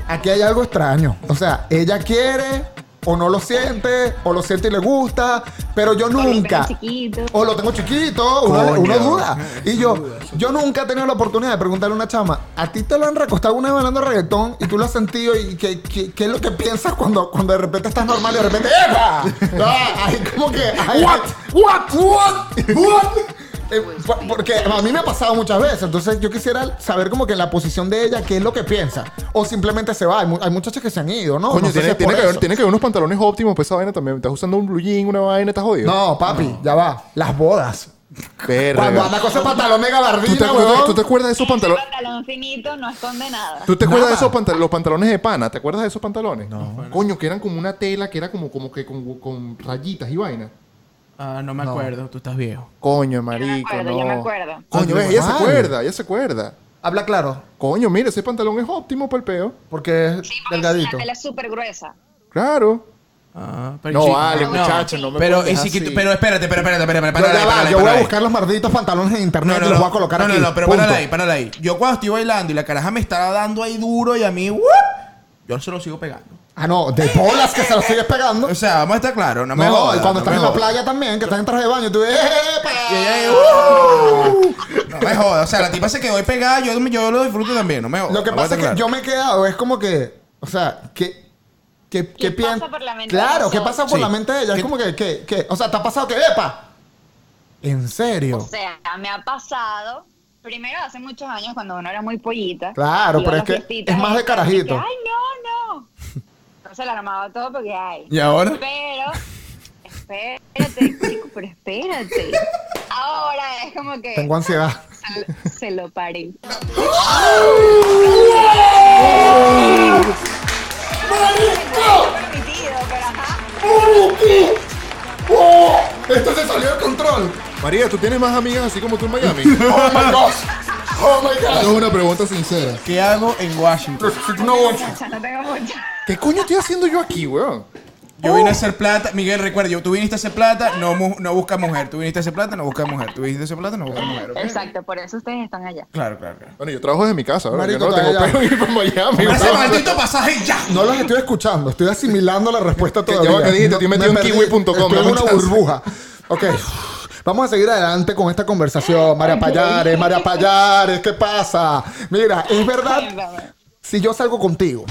B: Aquí hay algo extraño. O sea, ella quiere o no lo siente o lo siente y le gusta, pero yo
C: lo
B: nunca.
C: tengo chiquito.
B: O lo tengo chiquito, uno, uno duda. Y yo, yo nunca he tenido la oportunidad de preguntarle a una chama, ¿a ti te lo han recostado una vez bailando reggaetón y tú lo has sentido y qué, qué- qué es lo que piensas cuando, cuando de repente estás normal y de repente ¡Epa! Ah, Ahí como que ahí-
F: What? What? What? What?
B: eh, po- Porque a mí me ha pasado muchas veces, entonces yo quisiera saber como que en la posición de ella qué es lo que piensa. O simplemente se va. Hay, mu- hay muchachas que se han ido, ¿no?
F: Coño,
B: No sé si
F: tiene,
B: es
F: tiene
B: por
F: que haber,
B: eso.
F: tiene que haber unos pantalones óptimos para esa vaina también. Estás usando un blue jean, una vaina, estás jodido.
B: No, papi, ya va. Las bodas.
F: Verga.
B: Cuando anda con ese pantalón mega
F: ¿Tú te,
B: gabardina,
F: acuerdas,
B: weón.
F: tú te acuerdas de esos
C: Ese
F: pantalones?
C: pantalón finito no esconde nada.
F: ¿Tú te acuerdas de
B: Nada.
F: esos pantalones? Los pantalones de pana. ¿Te acuerdas de esos pantalones? No. Coño, que eran como una tela que era como, como que con, con rayitas y vaina.
D: Ah, no me acuerdo, tú estás viejo.
F: Coño,
C: Yo me
F: marico,
C: acuerdo,
F: no.
C: yo me acuerdo.
F: Coño, ves, ella se acuerda, ella se acuerda.
B: Habla claro,
F: Coño, mira, ese pantalón es óptimo para el peo.
B: porque es
C: Sí, porque
B: delgadito.
C: La tela es súper gruesa.
F: Claro.
D: Ah,
F: No vale, muchacho, no me
D: Pero,
F: pongas
D: y si que-
F: así.
D: pero espérate, pero espérate, espérate, espérate,
B: Yo, ya
D: párala ahí,
B: va,
D: párala ahí,
B: yo voy
D: párala
B: a
D: ahí.
B: buscar los malditos pantalones en internet y los voy a colocar
D: no,
B: aquí.
D: no, no, pero
B: Punto.
D: párala ahí, párala ahí. Yo cuando estoy bailando y la caraja me está dando ahí duro y a mí, ¡wup! yo se lo sigo pegando.
B: Ah, no, de bolas que se las sigues pegando.
D: O sea, vamos a estar claros, no,
B: No,
D: me jodas.
B: y cuando
D: no
B: estás
D: me
B: en la
D: jodas.
B: playa también, que estás en traje de baño, tú ves, "Eh,
D: Y
B: ¡epa!
D: ella ahí, ¡uh! No me jodas. O sea, la tipa se quedó ahí pegada, yo, yo lo disfruto también, no me jodas.
B: Lo que
D: Vamos a
B: pasa
D: estar
B: es que
D: claros.
B: yo me he quedado, es como que, o sea, que. que- que
C: pasa
B: piensa-
C: por la mente de
B: Claro, ¿qué
C: nosotros?
B: pasa por
D: Sí.
B: la mente de ella? Es como que, que, que, o sea, te ha pasado que, ¡epa! ¿En serio?
C: O sea, me ha pasado. Primero, hace muchos años, cuando uno era muy pollita.
B: Claro,
C: iba a
B: pero
C: las
B: es que
C: fiestitas
B: es más de
C: estas,
B: carajito.
C: y que, Ay,
B: [LAUGHS]
C: no, no. Entonces la armaba todo porque ay.
D: ¿Y ahora?
C: Pero, espérate, chico, pero espérate. Ahora es como que
B: Tengo ansiedad.
C: se- se lo paré. Permitido, pero ajá.
B: Oh, Esto se salió de control.
F: [LAUGHS] María, ¿tú tienes más amigas así como tú en Miami?
B: ¡Oh, my gosh! Oh my
F: Es
B: god.
F: una pregunta sincera.
D: ¿Qué hago en Washington?
F: No,
C: Chacha, no tengo mucha.
F: ¿Qué coño estoy haciendo yo aquí, weón?
D: Yo vine a hacer plata. Miguel, recuerda, yo, tú viniste a hacer plata, no, mu- no busca mujer. Tú viniste a hacer plata, no busca mujer. Tú viniste a hacer plata, no busca mujer. ¿ok?
C: Exacto, por eso ustedes están allá.
D: Claro, claro, claro.
F: Bueno, yo trabajo desde mi casa, ahora Yo
B: Marico,
F: no tengo
B: está allá.
F: peo en ir para Miami.
D: ¡Ese
F: weón.
D: maldito pasaje ya!
B: No los estoy escuchando, estoy asimilando la
F: [LAUGHS]
B: respuesta
F: Que ya
B: todavía.
F: va que dijiste, estoy
B: No,
F: metido
B: me
F: en
B: perdí,
F: kiwi.com,
B: Estoy en
F: dame
B: una
F: chance.
B: burbuja. Ok. Vamos a seguir adelante con esta conversación. María Payares, María Payares, ¿qué pasa? Mira, es verdad.
C: Cuéntame.
B: Si yo salgo contigo,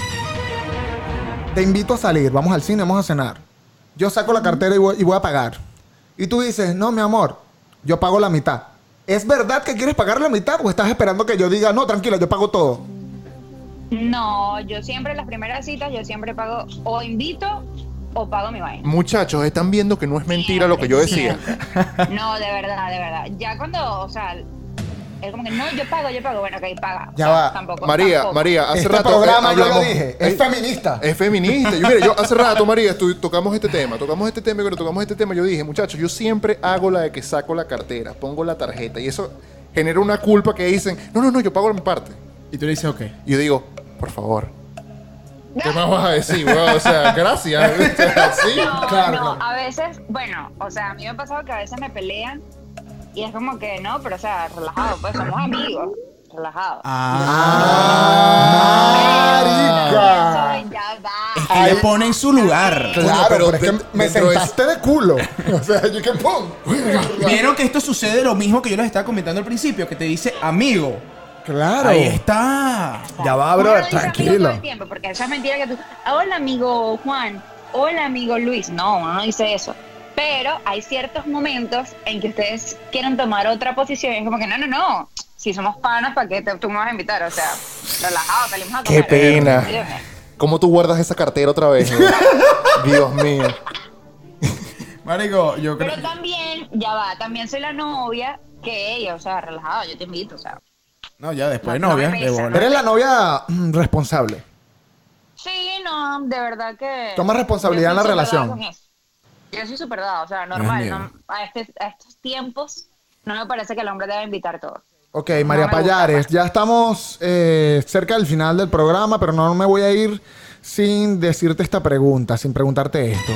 B: te invito a salir, vamos al cine, vamos a cenar. Yo saco la cartera y voy, y voy a pagar. Y tú dices, no, mi amor, yo pago la mitad. ¿Es verdad que quieres pagar la mitad o estás esperando que yo diga, no, tranquila, yo pago todo?
C: No, yo siempre las primeras citas, yo siempre pago o invito o pago mi vaina.
F: Muchachos, están viendo que no es mentira lo que yo
B: [LAUGHS]
F: decía.
C: No, de verdad, de verdad. Ya cuando, o sea, es como que no, yo pago, yo pago. Bueno, ok, paga. O
B: Ya
C: sea,
B: va.
C: Tampoco,
F: María,
C: tampoco.
F: María, hace
B: este
F: rato eh,
B: programa yo lo
F: hablamos-
B: dije, es
F: Eh,
B: feminista.
F: Es feminista. Yo, mira, yo hace rato, María, estu- tocamos este tema, tocamos este tema y cuando tocamos este tema yo dije, muchachos, yo siempre hago la de que saco la cartera, pongo la tarjeta y eso genera una culpa que dicen, no, no, no, yo pago mi parte.
D: Y tú le dices, ok.
F: Y yo digo, por favor. ¿Qué más vas a decir, weón? O sea, gracias. [LAUGHS] O sea, sí.
C: No,
B: Claro.
C: no, a veces, bueno, o sea, a mí me ha pasado que a veces me pelean y es como que no, pero o sea, relajado, pues somos amigos, relajado.
D: Ah.
B: Ah, ¡Marica!
C: Eso ya va.
D: Es que le pone en su lugar.
B: Claro,
F: Coño, pero
B: pero, es
F: de-
B: que me
F: dentro de-
B: sentaste de
F: [LAUGHS]
B: culo. O sea, yo qué pongo.
D: Vieron que esto sucede lo mismo que yo les estaba comentando al principio, que te dice amigo.
B: Claro.
D: Ahí está.
B: Ya va,
C: Uno no
B: brother,
C: dice amigo todo
B: tranquilo.
C: el tiempo, porque esa es mentira que tú. Hola, amigo Juan. Hola, amigo Luis. No, uno no dice eso. Pero hay ciertos momentos en que ustedes quieren tomar otra posición y es como que no, no, no. Si somos panas, ¿para qué te- tú me vas a invitar? O sea, relajado, salimos a
F: Qué
C: comer.
F: pena.
C: ¿Entiendes?
F: ¿Cómo tú guardas esa cartera otra vez? weón? Dios mío.
D: Marico, yo creo.
C: Pero también, ya va, también soy la novia que ella, o sea, relajado, yo te invito, o sea.
D: No, ya después de
C: No, no me
D: novia, de
C: pesa,
D: bola.
C: no.
B: Eres la novia mm, responsable.
C: Sí, no, de verdad que.
B: Toma responsabilidad
C: yo soy
B: en la
C: súper dada
B: relación.
C: con eso. Yo soy súper dada, o sea,
D: es
C: normal.
D: miedo.
C: no- a, este- a estos tiempos no me parece que el hombre deba invitar todo.
B: Ok, María
C: me gusta,
B: Payares, ya estamos eh, cerca del final del programa, pero no me voy a ir sin decirte esta pregunta, sin preguntarte esto.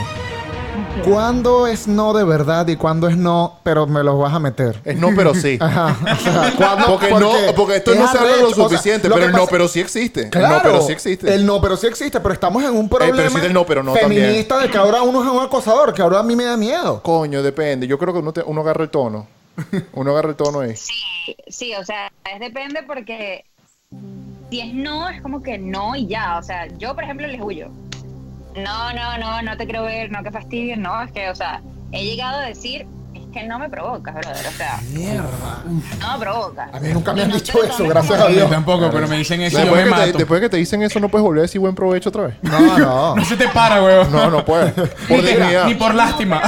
B: ¿Cuándo es no de verdad y cuándo es no, pero me los vas a meter? [LAUGHS]
F: Es no, pero sí.
B: Ajá. o sea, ¿cuándo?
F: Porque, no, porque esto
B: es
F: no se habla lo
B: arrecho, o sea,
F: suficiente,
B: lo que
F: pero el no,
B: pasa-
F: pero sí existe.
B: Claro,
F: el no, pero sí existe. Eh,
B: El no, pero sí existe, pero estamos en un
F: pero
B: problema
F: existe el no, pero no
B: feminista de que ahora uno es un acosador, que ahora a mí me da miedo.
F: Coño, depende. Yo creo que uno, te- uno agarra el tono. Uno agarra el tono ahí.
C: Sí, sí, o sea, es depende porque si es no, es como que no y ya. O sea, yo, por ejemplo, les huyo. No, no, no, no te quiero ver, no, que fastidio, no, es que, o sea, he llegado a decir, es que no me provocas, brother, o sea. Mierda. No me provocas.
B: A mí nunca me han
C: Y no te
B: dicho
C: lo
B: eso,
C: tomes
B: gracias a
C: como-
B: Dios.
D: tampoco, pero me dicen eso y yo
F: Después
D: me
F: que, te,
D: mato.
F: después que te dicen eso, no puedes volver a decir buen provecho otra vez.
B: [LAUGHS] No, [LAUGHS] no.
D: No se te para, weón.
F: No,
D: [LAUGHS]
F: no puedes. Por
D: Ni te-
F: dignidad.
D: ni por lástima.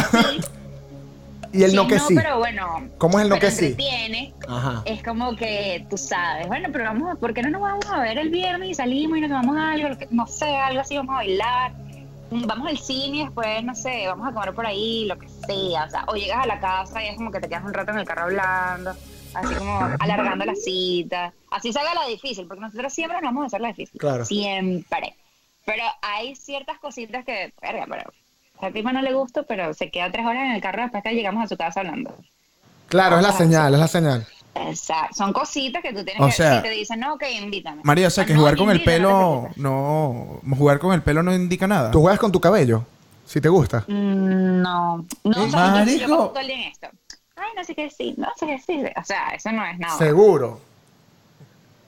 B: Y el
C: Sí,
B: no que sí.
C: Pero bueno.
B: ¿Cómo es el no
C: pero
B: que sí?
C: entretiene.
B: Ajá.
C: Es como que tú sabes, bueno, pero vamos, a- ¿por qué no nos vamos a ver el viernes y salimos y nos tomamos algo, lo que- no sé, algo así, vamos a bailar, mm, vamos al cine y después, no sé, vamos a comer por ahí, lo que sea, o sea, o llegas a la casa y es como que te quedas un rato en el carro hablando, así como alargando la cita, así salga la difícil, porque nosotros siempre nos vamos a hacer la difícil,
B: Claro.
C: siempre, pero hay ciertas cositas que, verga, pero a ti no le gusta, pero se queda tres horas en el carro después que llegamos a su casa hablando.
B: Claro, es
C: Ah,
B: la señal, es la señal.
C: Exacto. Son cositas que tú tienes
D: O
C: que
D: sea-
C: si te dicen, no, ok, invítame.
D: María, o sea,
C: Ah,
D: que
C: no,
D: jugar
C: ni
D: con el
C: invítame, no
D: pelo
C: te preocupes.
D: no. Jugar con el pelo no indica nada.
B: ¿Tú juegas con tu cabello? Si te gusta.
C: Mm, No, no,
D: Eh,
C: o sea, yo- yo
D: marico.
C: pongo todo el día en esto. Ay, no sé qué decir, no sé qué decir. O sea, eso no es nada.
B: Seguro.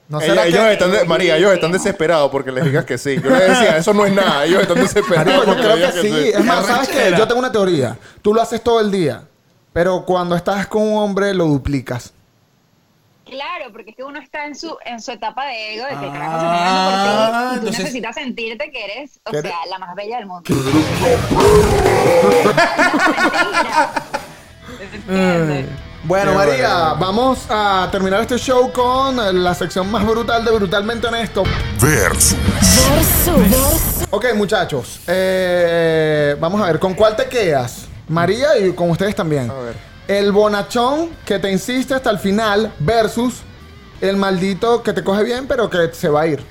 B: No
F: Ella-
B: será
F: ellos
B: que...
F: están de- María, ellos están desesperados porque les digas que sí. Yo les decía, eso no es nada. Ellos están desesperados
B: Marico, yo
F: [LAUGHS] porque
B: creo
F: les digas
B: que sí. Es más, ¿sabes qué? Yo tengo una teoría. Tú lo haces todo el día, pero cuando estás con un hombre lo duplicas.
C: Claro, porque es que uno está en su, en su etapa de ego, de que el carajo se
D: Ah,
C: mueve por ti, y tú
D: entonces-
C: necesitas sentirte que eres, o
B: Que eres-
C: sea, la más bella del mundo. Mentira. ¿Entiendes?
B: Bueno, María, vamos a terminar este show con eh, la sección más brutal de Brutalmente Honesto.
A: Versus, versus.
B: Ok, muchachos. eh, vamos a ver, ¿con cuál te quedas? María y con ustedes también.
F: A ver.
B: El bonachón que te insiste hasta el final versus El maldito que te coge bien, pero que se va a ir. Y, eh,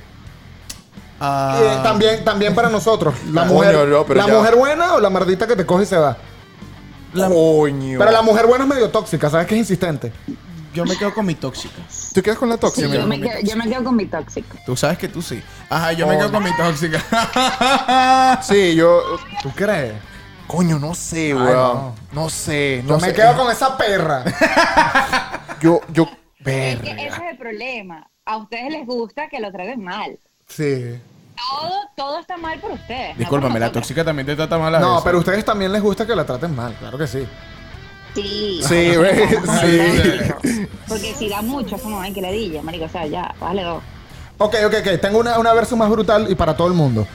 D: Ah,
B: también, también para
F: [LAUGHS]
B: nosotros. La,
F: Ah, Coño,
B: mujer,
F: no, pero
B: la
F: ya.
B: mujer buena o la mardita que te coge y se va.
F: Coño.
B: Pero la mujer buena es medio tóxica, ¿sabes que es insistente?
D: yo me quedo con mi tóxica.
F: ¿Tú quedas con la tóxica?
C: Sí, yo, me quedo, yo me quedo con mi tóxico.
D: Tú sabes que tú sí. Ajá, yo me quedo con mi tóxica. [LAUGHS]
F: Sí, yo.
B: ¿Tú crees?
F: Coño, no sé, weón.
B: no.
F: No. sé.
B: Yo
F: No
B: me
F: sé.
B: quedo con esa
F: [LAUGHS]
B: perra.
F: Yo, yo.
C: Es que ese
F: Verga.
C: es el problema. A ustedes les gusta que lo traten mal.
B: Sí.
C: Todo, todo está mal por ustedes. no por
D: Discúlpame, la
C: nosotros.
D: tóxica también te trata mal a
B: No,
D: veces.
B: pero a ustedes también les gusta que la traten mal, claro que sí.
C: Sí.
F: Pues, Sí, [LAUGHS] güey. Sí.
C: Porque si da mucho, es como, ay, que ladilla, marico. O sea, ya, vale dos.
B: Ok, ok, ok. Tengo una, una verso más brutal y para todo el mundo.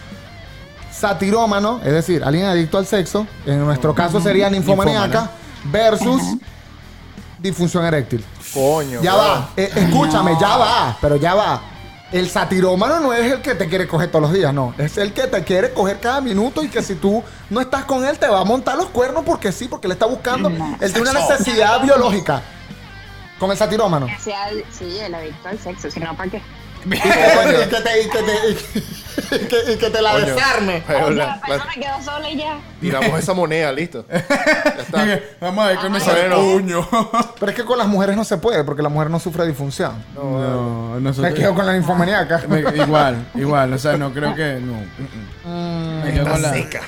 B: Satirómano, es decir, alguien adicto al sexo, en nuestro caso sería ninfomaníaca, versus disfunción eréctil.
F: Coño.
B: Ya
F: weón.
B: va, eh, escúchame, ya va, pero ya va. El satirómano no es el que te quiere coger todos los días, no. Es el que te quiere coger cada minuto y que si tú no estás con él te va a montar los cuernos porque sí, porque le está buscando. Él tiene una necesidad biológica con el satirómano.
C: Que sea, sí, el adicto al sexo, sino para qué.
B: Y que, coño, [LAUGHS] y que te, y que te- y que- y que te la
F: Coño.
B: desarme.
F: Pero
C: O
F: la-
C: sea, para eso
F: la-
C: me quedo sola y ya.
F: tiramos esa
B: [LAUGHS]
F: moneda, listo. Ya
D: [LAUGHS]
F: está. Ah,
D: Vamos a ver qué me
F: Ay,
D: sale el
F: no.
D: puño.
B: Pero es que con las mujeres no se puede porque la mujer no sufre disfunción.
D: [LAUGHS]
B: Me
D: No, nosotros.
B: quedo con la ninfomaníaca.
D: Me- igual, igual, o sea, no creo que. No. mm, Me quedo con la-
F: Seca.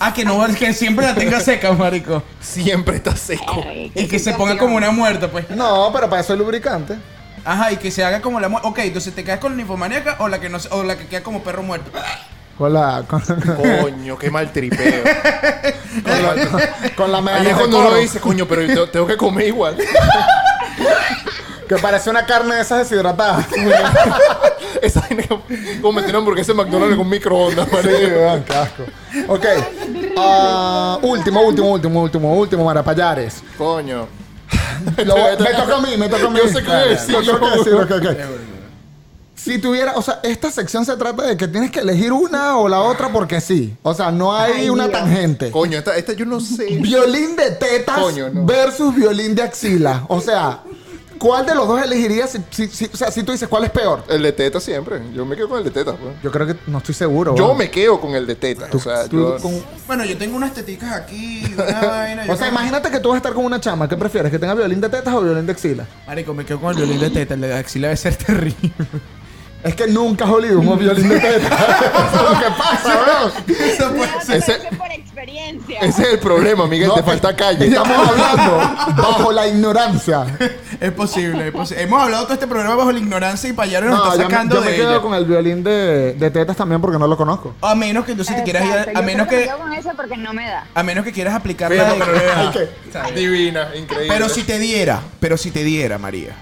D: Ah, que no, es que siempre la tenga seca, marico.
F: Siempre está seco.
C: Ay,
D: Y que se
C: situación.
D: ponga como una muerta, pues.
B: No, pero para eso es lubricante.
D: Ajá, y que se haga como la muerta. Ok, entonces te quedas con la ninfomaníaca o la que no se- o la que queda como perro muerto.
B: Con la. Con, con
F: Coño, qué mal tripeo.
B: la, [LAUGHS] con la
F: Ahí es
B: media
F: cuando
B: de
F: uno
B: toro,
F: dice, coño, pero yo te- tengo que comer igual. [LAUGHS]
B: Que parece una carne de esas [LAUGHS] deshidratadas.
F: Esa vaina es como- como meter una hamburguesa en McDonald's con microondas,
B: Sí,
F: marico.
B: weón, qué asco. Ok. Ah, último, último, último, último, último, Marapayares.
F: Coño.
B: Lo voy- [LAUGHS] me toca a mí, me toca a mí.
F: Yo sé qué
B: Dale,
F: decir,
B: yo sé qué
F: yo-
B: decir, ok, ok. Si tuviera, o sea, esta sección se trata de que tienes que elegir una o la otra porque sí. O sea, no hay una tangente.
F: Coño, esta, esta yo no
B: [LAUGHS]
F: sé.
B: Violín de tetas
F: Coño, no.
B: versus violín de axila. O sea, ¿cuál de los dos elegirías? Si, si- si- o sea, si tú dices, ¿cuál es peor?
F: El de teta siempre. Yo me quedo con el de teta. pues.
B: Yo creo que no estoy seguro.
F: Yo
B: weón.
F: me quedo con el de teta. O sea,
B: Tú
F: yo...
B: con-
D: Bueno, yo tengo unas teticas aquí,
B: [LAUGHS]
D: una vaina. yo
B: O sea,
D: creo-
B: imagínate que tú vas a estar con una chama. ¿Qué prefieres? ¿Que tenga violín de tetas o violín de axila?
D: Marico, me quedo con el violín de teta, el de axila debe ser [LAUGHS] terrible.
B: Es que nunca has olido un violín de tetas. [LAUGHS] Eso es lo que pasa, weón.
D: Eso puede ser.
C: Pero eso
F: Ese-
C: es por experiencia.
F: Ese es el problema, Miguel.
B: No,
F: te
D: eh,
F: falta calle.
B: Estamos hablando [LAUGHS] bajo la ignorancia.
D: Es posible, es posible. Hemos hablado todo este programa bajo la ignorancia y Payaro nos
B: No,
D: está
B: yo me,
D: sacando
B: yo me
D: de
B: quedo
D: ella.
B: con el violín de, de tetas también porque no lo conozco.
D: A menos que entonces te quieras ir
C: Exacto,
D: a, a
C: yo
D: menos
C: creo
D: que
C: Me quedo con eso porque no me da.
D: a menos que quieras aplicar
F: Pero,
D: la de-
F: pero,
D: Ajá.
F: hay que- Divina, increíble.
D: Pero si te diera, pero si te diera, María.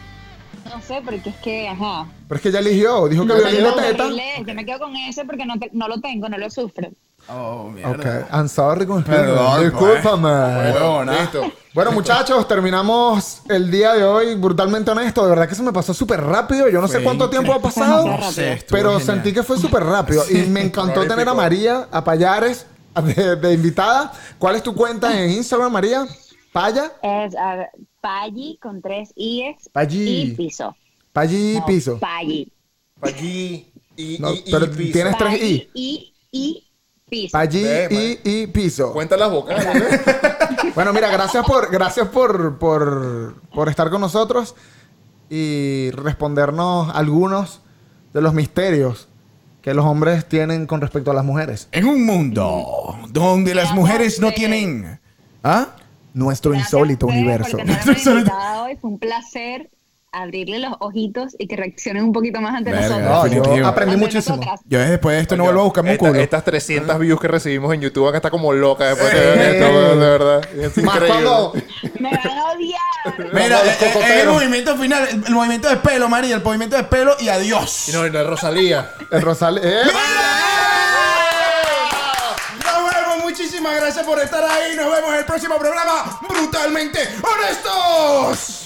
C: No sé, porque es que, ajá.
B: Pero es que ella eligió, dijo que violín de
C: Lo
B: tetas.
C: horrible es, Yo me quedo con ese porque no, te- no lo tengo, no lo sufro.
D: Oh, mierda.
B: Ok, I'm sorry, compadre.
D: Perdón,
B: Discúlpame.
D: pues.
F: Bueno,
D: Huevona.
F: listo.
B: Bueno, muchachos, terminamos el día de hoy brutalmente honesto. De verdad que se me pasó súper rápido. Yo no sé
D: Fue
B: cuánto tiempo ha pasado,
D: No sé, estuvo
B: pero
D: genial.
B: sentí que fue súper rápido. Y me encantó tener a María, a Payares, de, de invitada. ¿Cuál es tu cuenta en Instagram, María? Paya,
C: Es a ver, Palli con tres I's
B: Palli.
C: y piso.
B: Payi
C: No,
B: Piso.
C: Palli.
F: Allí y,
B: No,
F: y, y
B: pero
F: piso.
B: tienes tres
C: Palli
B: I.
C: y, y piso.
B: Payi
F: Ve,
B: y, y Piso.
F: Cuenta las bocas.
B: Bueno, mira, gracias por, gracias por, por, por estar con nosotros y respondernos algunos de los misterios que los hombres tienen con respecto a las mujeres.
D: En un mundo donde las mujeres no tienen ¿Ah?
B: Nuestro
C: Gracias
B: insólito
C: a ustedes
B: universo. [LAUGHS]
C: por tenerme invitada hoy. Fue un placer abrirle los ojitos y que reaccionen un poquito más ante
B: No,
D: Verga.
C: nosotros.
B: yo
D: Definitivo.
B: aprendí
C: Ante
B: muchísimo.
C: nosotras.
D: Yo después de esto no vuelvo a buscarme un
F: Esta-
D: culo.
F: Estas 300 views que recibimos en YouTube acá está como loca después de ver
B: Sí.
F: esto, de verdad. Es
B: Más
F: increíble.
B: cuando-
C: Me van a odiar.
D: Mira,
B: Vamos,
D: eh, eh, el,
B: cocotero.
D: movimiento final, el, el movimiento de pelo, María, el movimiento de pelo y adiós.
F: Y no, y no es Rosalía.
B: El Rosal. ¡Eh!
D: Nos vemos, muchísimas gracias por estar ahí. Nos vemos en el próximo programa. Brutalmente honestos.